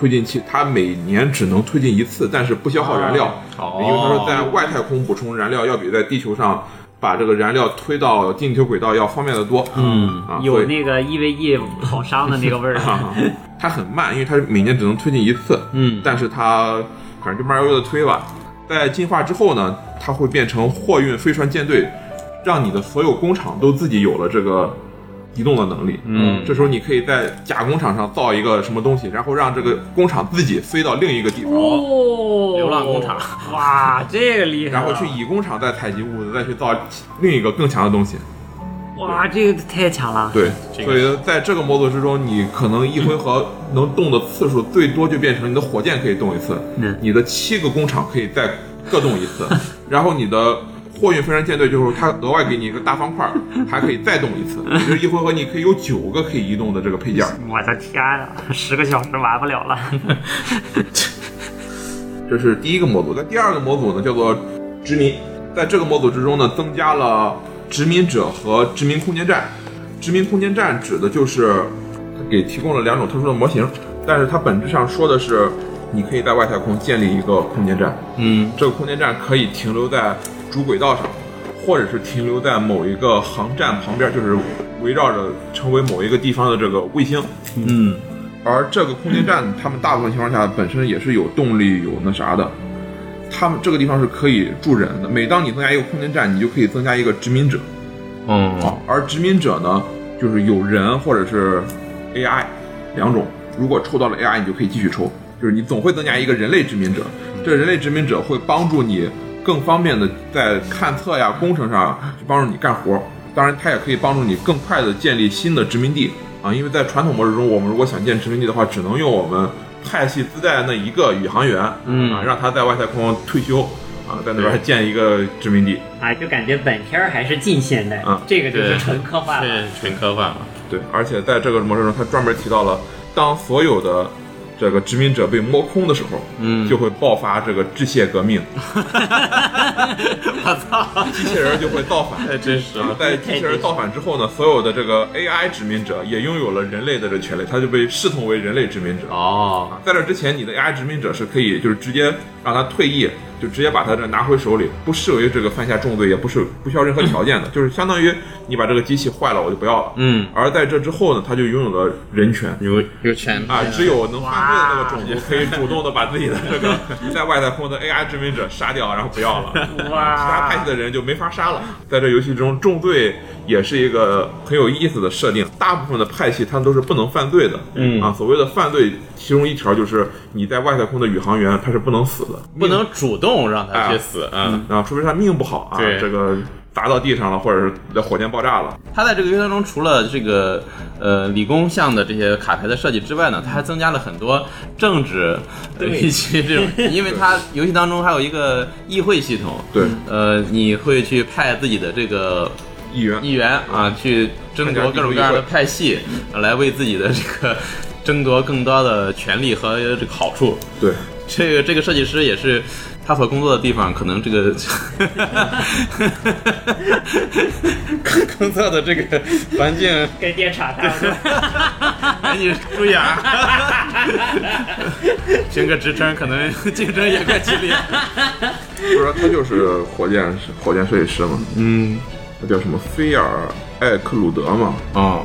S2: 推进器，它每年只能推进一次，但是不消耗燃料，
S1: 哦
S2: 因为它是在外太空补充燃料，要比在地球上把这个燃料推到地球轨道要方便得多。
S1: 嗯
S2: 啊，
S3: 有
S2: 所以
S3: 那个 EVE 跑伤的那个 味儿，
S2: 啊它很慢，因为它每年只能推进一次，
S1: 嗯
S2: 但是它反正就慢悠悠的推吧。在进化之后呢，它会变成货运飞船舰队，让你的所有工厂都自己有了这个移动的能力。
S1: 嗯
S2: 这时候你可以在假工厂上造一个什么东西，然后让这个工厂自己飞到另一个地方。
S3: 哦，
S1: 流浪工厂，
S3: 哇，这个厉害啊
S2: 然
S3: 了，
S2: 后去乙工厂再采集物资，再去造另一个更强的东西。
S3: 哇，这个太强了。
S2: 对，
S4: 这
S2: 所
S4: 个
S2: 以在这个模组之中，你可能一回合能动的次数最多就变成你的火箭可以动一次，
S3: 嗯
S2: 你的七个工厂可以再各动一 次，然后你的货运飞船舰队就是它额外给你一个大方块儿，还可以再动一 次，也就是一回合你可以有九个可以移动的这个配件儿，
S3: 我的天啊，十个小时玩不了了。
S2: 这是第一个模组。那第二个模组呢，叫做殖民。在这个模组之中呢，增加了殖民者和殖民空间站。殖民空间站指的就是给提供了两种特殊的模型，但是它本质上说的是，你可以在外太空建立一个空间站，
S1: 嗯
S2: 这个空间站可以停留在主轨道上，或者是停留在某一个航站旁边，就是围绕着成为某一个地方的这个卫星。
S1: 嗯
S2: 而这个空间站，他们大部分情况下本身也是有动力、有那啥的，他们这个地方是可以住人的。每当你增加一个空间站，你就可以增加一个殖民者
S1: 哦，
S2: 啊，而殖民者呢，就是有人或者是 AI 两种。如果抽到了 AI，你就可以继续抽，就是你总会增加一个人类殖民者。这个人类殖民者会帮助你更方便的在勘测呀、工程上去帮助你干活。当然，它也可以帮助你更快的建立新的殖民地啊，因为在传统模式中，我们如果想建殖民地的话，只能用我们派系自带的那一个宇航员，
S1: 嗯
S2: 啊，让他在外太空退休啊，在那边建一个殖民地。
S3: 啊，就感觉本片儿还是近现代，
S2: 嗯
S3: 这个就是
S1: 对
S3: 纯科幻了。
S4: 这纯科幻嘛，
S2: 对，而且在这个模式中，他专门提到了，当所有的这个殖民者被摸空的时候，
S1: 嗯
S2: 就会爆发这个致谢革命，
S4: 我操，
S2: 机器人就会造 反。
S4: 太真实
S2: 然后
S4: 了，
S2: 在机器人造反之后呢，所有的这个 AI 殖民者也拥有了人类的这权利，他就被视同为人类殖民者。
S1: 哦，
S2: 在这之前，你的 AI 殖民者是可以就是直接让他退役，就直接把他这拿回手里，不视为这个犯下重罪，也不是不需要任何条件的，就是相当于你把这个机器坏了，我就不要了。
S1: 嗯，
S2: 而在这之后呢，他就拥有了人权。
S1: 有有权
S2: 啊，只有能犯罪的那个种族可以主动的把自己的这个 在外太空的 AI 殖民者杀掉，然后不要了。其他派系的人就没法杀了。在这游戏中，重罪也是一个很有意思的设定。大部分的派系他们都是不能犯罪的。
S1: 嗯
S2: 啊，所谓的犯罪，其中一条就是你在外太空的宇航员他是不能死的，
S4: 不能主动让他
S2: 哎
S4: 去死
S1: 嗯
S4: 啊。
S2: 啊，除非他命不好啊，
S4: 对
S2: 这个砸到地上了，或者是火箭爆炸了。
S1: 它在这个乐章中，除了这个呃理工项的这些卡牌的设计之外呢，它还增加了很多政治呃
S3: 对
S1: 以及这种，因为它游戏当中还有一个议会系统，
S2: 对，
S1: 呃，你会去派自己的这个
S2: 议员
S1: 议员啊，去争夺各种各样的派系，来为自己的这个争夺更多的权利和这个好处。
S2: 对。
S1: 这个这个设计师也是他所工作的地方，可能这个工作的这个环境，
S3: 跟电厂差不多，
S1: 哎，你注意啊，评个职称可能竞争也怪激烈。
S2: 不是，他就是火箭火箭设计师嘛，
S1: 嗯，
S2: 他叫什么菲尔艾克鲁德嘛，
S1: 哦，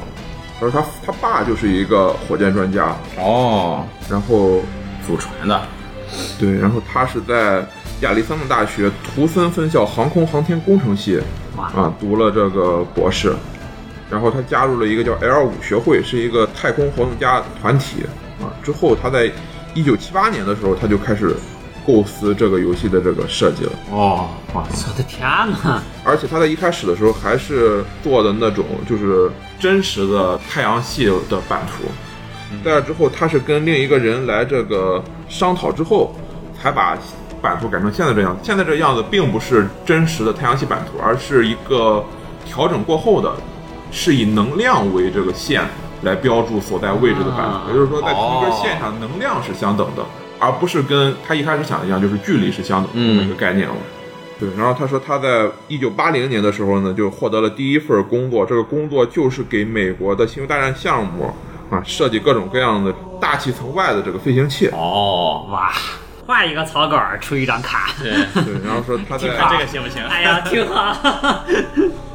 S2: 而他他爸就是一个火箭专家，
S1: 哦，
S2: 然后
S1: 祖传的，
S2: 对，然后他是在亚利桑那大学图森分校航空航天工程系
S3: 哇
S2: 啊读了这个博士，然后他加入了一个叫 L 五学会，是一个太空活动家团体啊。之后他在一九七八年的时候，他就开始构思这个游戏的这个设计了。
S1: 哦，哇塞，
S3: 我的天呐，
S2: 而且他在一开始的时候还是做的那种就是真实的太阳系的版图，在这之后他是跟另一个人来这个商讨之后，才把版图改成现在这样。现在这样子并不是真实的太阳系版图，而是一个调整过后的，是以能量为这个线来标注所在位置的版
S3: 啊
S2: 图，也就是说在同一根
S1: 哦
S2: 线上能量是相等的，而不是跟他一开始想的一样，就是距离是相等的这么一个概念了。嗯对，然后他说他在一九八零年的时候呢，就获得了第一份工作，这个工作就是给美国的星球大战项目啊设计各种各样的大气层外的这个飞行器。
S1: 哦，
S3: 哇，画一个草稿儿出一张卡，
S4: 对，
S2: 对，然后说他在
S4: 看这个行不行
S3: 哎 呀，挺好，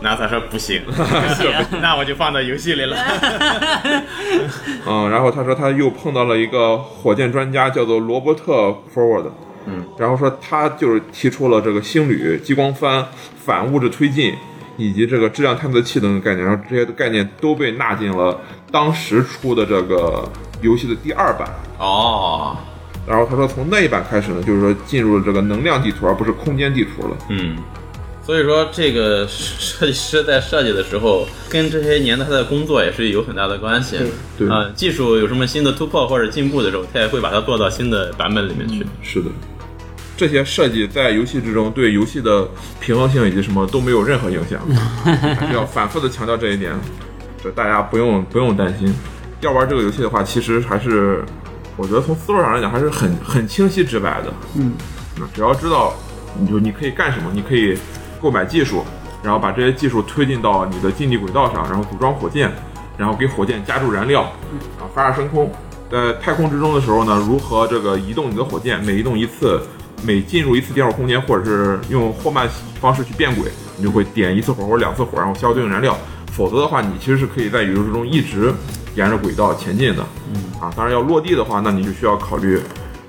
S4: ？NASA 说不行，
S3: 行
S4: 那我就放到游戏里了。
S2: 嗯，然后他说他又碰到了一个火箭专家，叫做罗伯特· Forward。嗯，然后说他就是提出了这个星旅、激光帆、反物质推进以及这个质量探测器等概念，然后这些概念都被纳进了当时出的这个游戏的第二版。
S1: 哦，
S2: 然后他说从那一版开始呢，就是说进入了这个能量地图，而不是空间地图了。
S1: 嗯，所以说这个设计师在设计的时候，跟这些年的他的工作也是有很大的关系。
S2: 对
S1: 啊、技术有什么新的突破或者进步的时候，他也会把它做到新的版本里面去。
S2: 是的，这些设计在游戏之中对游戏的平衡性以及什么都没有任何影响，还是要反复的强调这一点，这大家不用不用担心。要玩这个游戏的话，其实还是我觉得从思路上来讲还是很很清晰直白的。
S5: 嗯，
S2: 只要知道你就你可以干什么，你可以购买技术，然后把这些技术推进到你的近地轨道上，然后组装火箭，然后给火箭加注燃料，啊，发射升空。在太空之中的时候呢，如何这个移动你的火箭，每移动一次，每进入一次电火空间，或者是用霍曼方式去变轨，你就会点一次火或者两次火，然后消耗对应燃料。否则的话，你其实是可以在宇宙之中一直沿着轨道前进的。嗯，啊，当然要落地的话，那你就需要考虑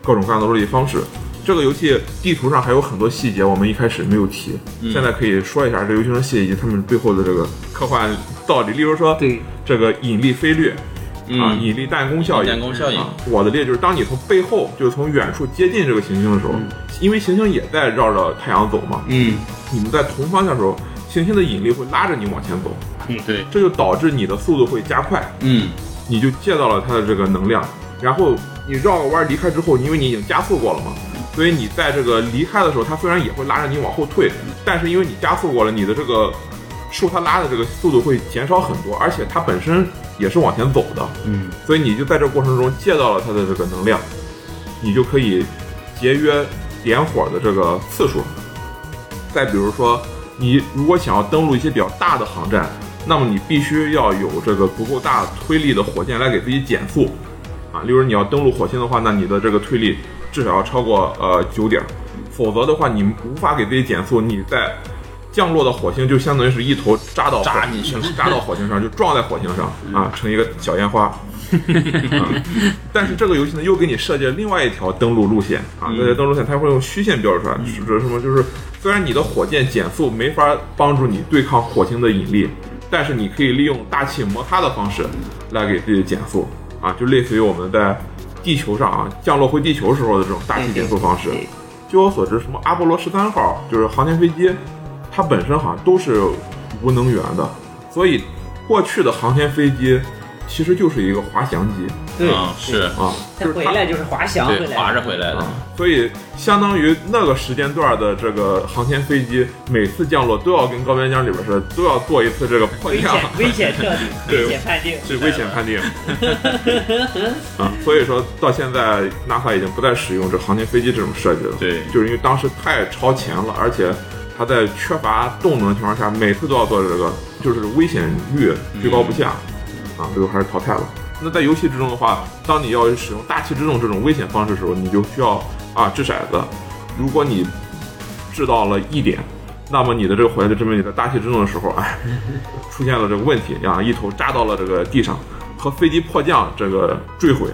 S2: 各种各样的落地方式。这个游戏地图上还有很多细节，我们一开始没有提，
S1: 嗯
S2: 现在可以说一下这游戏中的细节以及他们背后的这个科幻道理。例如说，
S5: 对，
S2: 这个引力飞掠，啊，
S1: 嗯
S2: 引力弹弓效应，
S1: 弹弓效应
S2: 啊我的列就是当你从背后，就是从远处接近这个行星的时候，因为行星也在绕着太阳走嘛，
S1: 嗯，
S2: 你们在同方向的时候，行星的引力会拉着你往前走，
S1: 嗯对，
S2: 这就导致你的速度会加快，
S1: 嗯，
S2: 你就借到了它的这个能量，然后你绕个弯儿离开之后，因为你已经加速过了嘛，所以你在这个离开的时候，它虽然也会拉着你往后退，但是因为你加速过了，你的这个受它拉的这个速度会减少很多，而且它本身也是往前走的，
S1: 嗯，
S2: 所以你就在这过程中借到了它的这个能量，你就可以节约点火的这个次数。再比如说，你如果想要登陆一些比较大的航站，那么你必须要有这个足够大推力的火箭来给自己减速啊。例如你要登陆火星的话，那你的这个推力至少要超过呃九点儿，否则的话你无法给自己减速，你在降落到火星就相当于是一头扎到扎进去，扎到火星上就撞在火星上啊，成一个小烟花。嗯但是这个游戏呢，又给你设计了另外一条登陆路线啊，这些登陆路线它会用虚线标示出来，指的是什么？就是虽然你的火箭减速没法帮助你对抗火星的引力，但是你可以利用大气摩擦的方式来给自己减速啊，就类似于我们在地球上啊降落回地球时候的这种大气减速方式。据我所知，什么阿波罗十三号就是航天飞机，它本身好像都是无能源的，所以过去的航天飞机其实就是一个滑翔机
S3: 对
S1: 啊，是，
S2: 啊，
S3: 他
S2: 就是
S3: 回
S2: 它
S3: 来就是滑翔回
S1: 对，
S3: 来，
S1: 划着回来的
S2: 啊，，所以相当于那个时间段的这个航天飞机，每次降落都要跟高边疆里边似的，都要做一次这个迫
S3: 危
S2: 降
S3: 险，危险设 定，
S2: 对
S3: 危险判定，
S2: 这危险判定。啊，所以说到现在，NASA 已经不再使用这航天飞机这种设计了。
S1: 对
S2: 就是因为当时太超前了，而且它在缺乏动能的情况下，每次都要做这个，就是危险率居高不下。啊，最后还是淘汰了。那在游戏之中的话，当你要使用大气之动这种危险方式的时候，你就需要啊掷骰子。如果你掷到了一点，那么你的这个火箭就证明你在大气之动的时候，哎，出现了这个问题啊，一头扎到了这个地上，和飞机迫降这个坠毁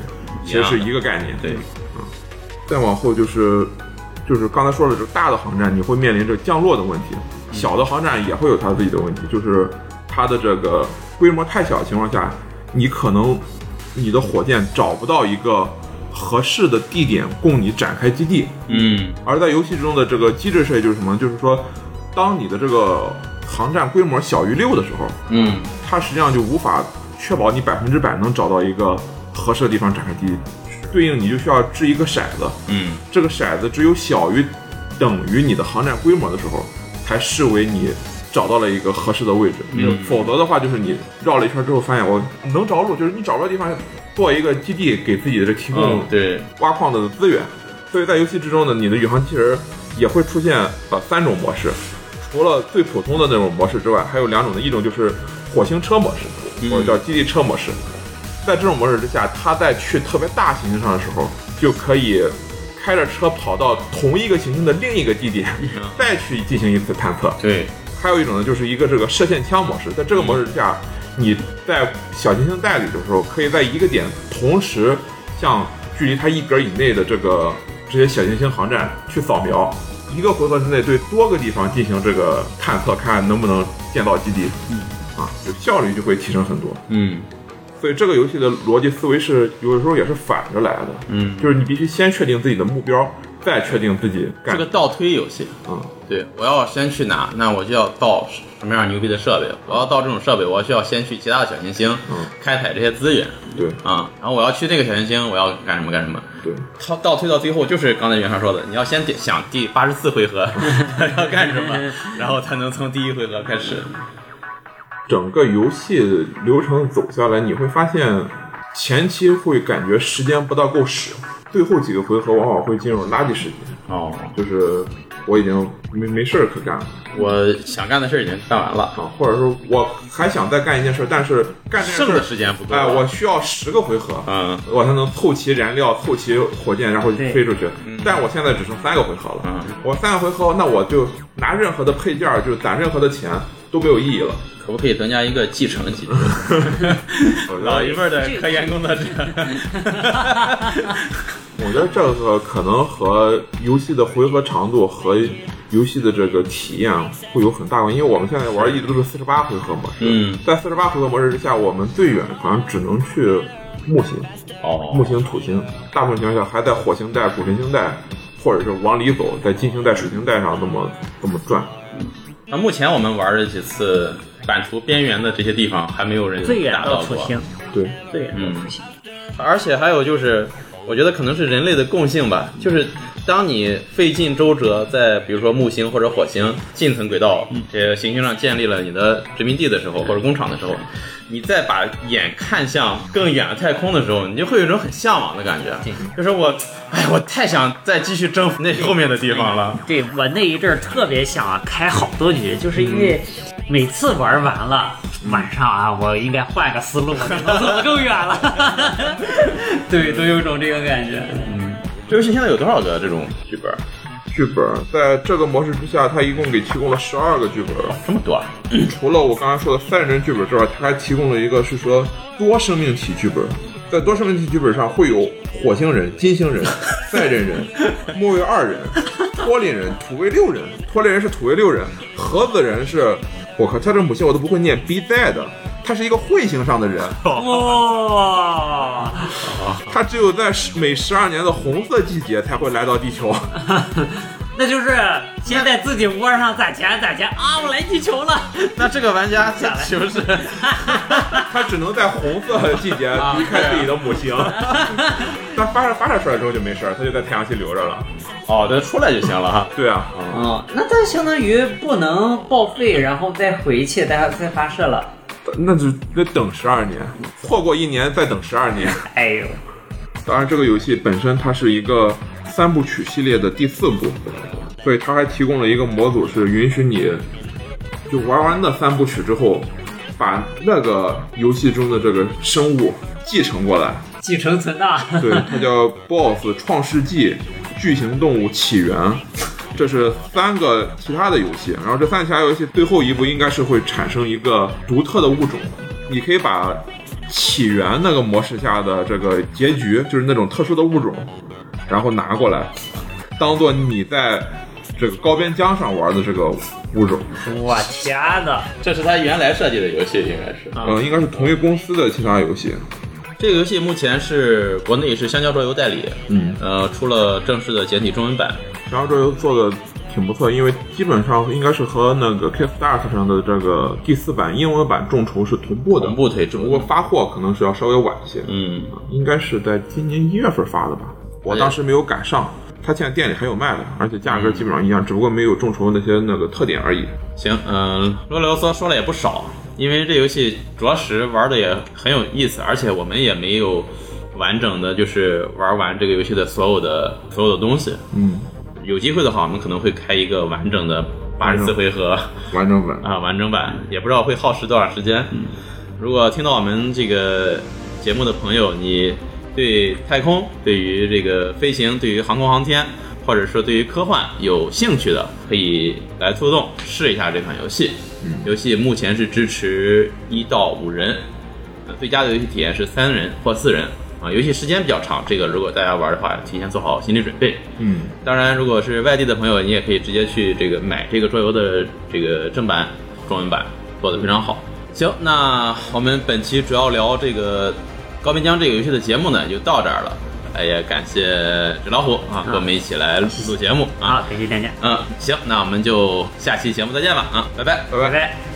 S2: 其实是一个概念。嗯
S1: 对，
S2: 再往后就是就是刚才说了，这大的航站你会面临着降落的问题，小的航站也会有它自己的问题，就是它的这个规模太小的情况下，你可能你的火箭找不到一个合适的地点供你展开基地，
S1: 嗯，
S2: 而在游戏中的这个机制设计就是什么呢？就是说，当你的这个航站规模小于六的时候，
S1: 嗯，
S2: 它实际上就无法确保你百分之百能找到一个合适的地方展开基地，对应你就需要掷一个骰子，
S1: 嗯，
S2: 这个骰子只有小于等于你的航站规模的时候，才视为你找到了一个合适的位置。否则的话，就是你绕了一圈之后，发现我能着陆，就是你找不着地方，做一个基地给自己的这提供
S1: 嗯，对，
S2: 挖矿的资源。所以在游戏之中呢，你的宇航机器人也会出现呃三种模式，除了最普通的那种模式之外，还有两种的，一种就是火星车模式，或者叫基地车模式。在这种模式之下，它在去特别大行星上的时候，就可以开着车跑到同一个行星的另一个地点，再去进行一次探测。
S1: 对，
S2: 还有一种呢，就是一个这个射线枪模式，在这个模式之下，你在小行星带里的时候，可以在一个点同时向距离它一格以内的这个这些小行星航站去扫描，一个回合之内对多个地方进行这个探测，看看能不能建造基地。嗯，啊，就效率就会提升很多。
S1: 嗯，
S2: 所以这个游
S1: 嗯
S2: 戏的逻辑思维是有的时候也是反着来的。嗯，就是你必须先确定自己的目标，再确定自己
S1: 是
S2: 干
S1: 个倒推游戏。
S2: 嗯，
S1: 对，我要先去哪，那我就要到什么样牛逼的设备。我要到这种设备，我需要先去其他的小行星，开采这些资源
S2: 对
S1: 啊、然后我要去那个小行星，我要干什么干什么。
S2: 对，
S1: 倒倒推到最后，就是刚才袁绍说的，你要先得想第八十四回合 要干什么，然后才能从第一回合开始。
S2: 整个游戏流程走下来，你会发现前期会感觉时间不大够使，最后几个回合往往会进入垃圾时间，
S1: 哦，
S2: 就是我已经没没事儿可干了
S1: 我想干的事儿已经干完了，
S2: 啊，或者说我还想再干一件事儿，但是干这
S1: 剩
S2: 件
S1: 的
S2: 事
S1: 时
S2: 儿，
S1: 间不够。
S2: 哎，我需要十个回合，
S1: 嗯
S2: 我才能凑齐燃料、凑齐火箭，然后
S3: 对
S2: 飞出去。但我现在只剩三个回合了，
S1: 嗯
S2: 我三个回合，那我就拿任何的配件儿，就攒任何的钱都没有意义了。
S1: 可不可以增加一个继承机制？
S2: 我觉得
S1: 老一辈儿的科研工作 者，
S2: 我觉得这个可能和游戏的回合长度和游戏的这个体验会有很大关系，因为我们现在玩一直都是四十八回合模式。
S1: 嗯，
S2: 在四十八回合模式之下，我们最远好像只能去木星、木
S1: 哦，
S2: 星、土星，大部分情况下还在火星带、主行星带，或者是往里走，在金星带、水星带上这么这么转。
S1: 那目前我们玩的几次版图边缘的这些地方，还没有人
S3: 最远
S1: 达到
S3: 到土
S1: 过。嗯
S3: 星，
S2: 对，
S3: 最远到土星。
S1: 而且还有就是，我觉得可能是人类的共性吧，就是当你费尽周折在比如说木星或者火星近层轨道这些行星上建立了你的殖民地的时候，或者工厂的时候，你再把眼看向更远的太空的时候，你就会有一种很向往的感觉，就是我，哎，我太想再继续征服那后面的地方了。
S3: 对我那一阵儿特别想啊开好多局，就是因为
S1: 嗯
S3: 每次玩完了、晚上啊，我应该换个思路，我能走得更远了。 对，都有种这个感觉。
S1: 这游戏现在有多少个这种剧本？
S2: 剧本在这个模式之下，它一共给提供了十二个剧本。
S1: 这么多啊？
S2: 除了我刚才说的三人剧本之外，它还提供了一个是说多生命体剧本。在多生命体剧本上会有火星人、金星人、赛镇人、木卫二人、托林人、土卫六人。托林人是土卫六人，盒子人是，我靠，他这母亲我都不会念 B Z 的，他是一个彗星上的人，
S3: 哇、
S2: 他只有在十每十二年的红色季节才会来到地球。
S3: 那就是先在自己窝上攒钱攒钱啊！我来地球了，
S1: 那这个玩家 是不是？
S2: 他只能在红色季节离开自己的母星。但发射发射出来之后就没事儿，他就在太阳系留着了。
S1: 哦，对，出来就行了哈。
S2: 对啊，
S3: 哦，那它相当于不能报废，然后再回去，再再发射了。
S2: 那就得等十二年，错过一年再等十二年。
S3: 哎呦，
S2: 当然，这个游戏本身它是一个三部曲系列的第四部，所以它还提供了一个模组，是允许你就玩完那三部曲之后，把那个游戏中的这个生物继承过来。
S3: 继承存档。
S2: 对，它叫 BOSS 创世纪巨型动物起源，这是三个其他的游戏，然后这三个其他游戏最后一步应该是会产生一个独特的物种，你可以把起源那个模式下的这个结局，就是那种特殊的物种，然后拿过来，当做你在这个高边疆上玩的这个物种，
S3: 我天哪！
S1: 这是他原来设计的游戏，应该是。
S2: 嗯、应该是同一公司的其他游戏，
S1: 这个游戏目前是国内是香蕉桌游代理，
S2: 嗯，
S1: 呃，出了正式的简体中文版。
S2: 然后这游做的挺不错，因为基本上应该是和那个 Kickstart 上的这个第四版英文版众筹是同步的，
S1: 同步推出
S2: 不过发货可能是要稍微晚一些，
S1: 嗯，
S2: 应该是在今年一月份发的吧。我当时没有赶上，它现在店里还有卖的，而且价格基本上一样，只不过没有众筹那些那个特点而已。
S1: 行，嗯、啰里啰嗦说了也不少，因为这游戏着实玩的也很有意思，而且我们也没有完整的就是玩完这个游戏的所有的所有的东西。
S2: 嗯，
S1: 有机会的话，我们可能会开一个完整的八十四回合。
S2: 完整版。
S1: 啊，完整版，也不知道会耗时多少时间。如果听到我们这个节目的朋友，你对太空、对于这个飞行、对于航空航天，或者说对于科幻有兴趣的，可以来互动试一下这款游戏。游戏目前是支持一到五人，呃最佳的游戏体验是三人或四人啊。游戏时间比较长，这个如果大家玩的话，提前做好心理准备。
S2: 嗯，
S1: 当然，如果是外地的朋友，你也可以直接去这个买这个桌游的这个正版中文版，做的非常好。行，那我们本期主要聊这个《高边疆》这个游戏的节目呢，就到这儿了。哎也感谢纸老虎啊，和我们一起来录节目啊。
S3: 好，感谢大家，
S1: 嗯，行，那我们就下期节目再见吧啊，拜拜。
S2: 拜
S3: 拜
S2: 拜。
S3: 拜。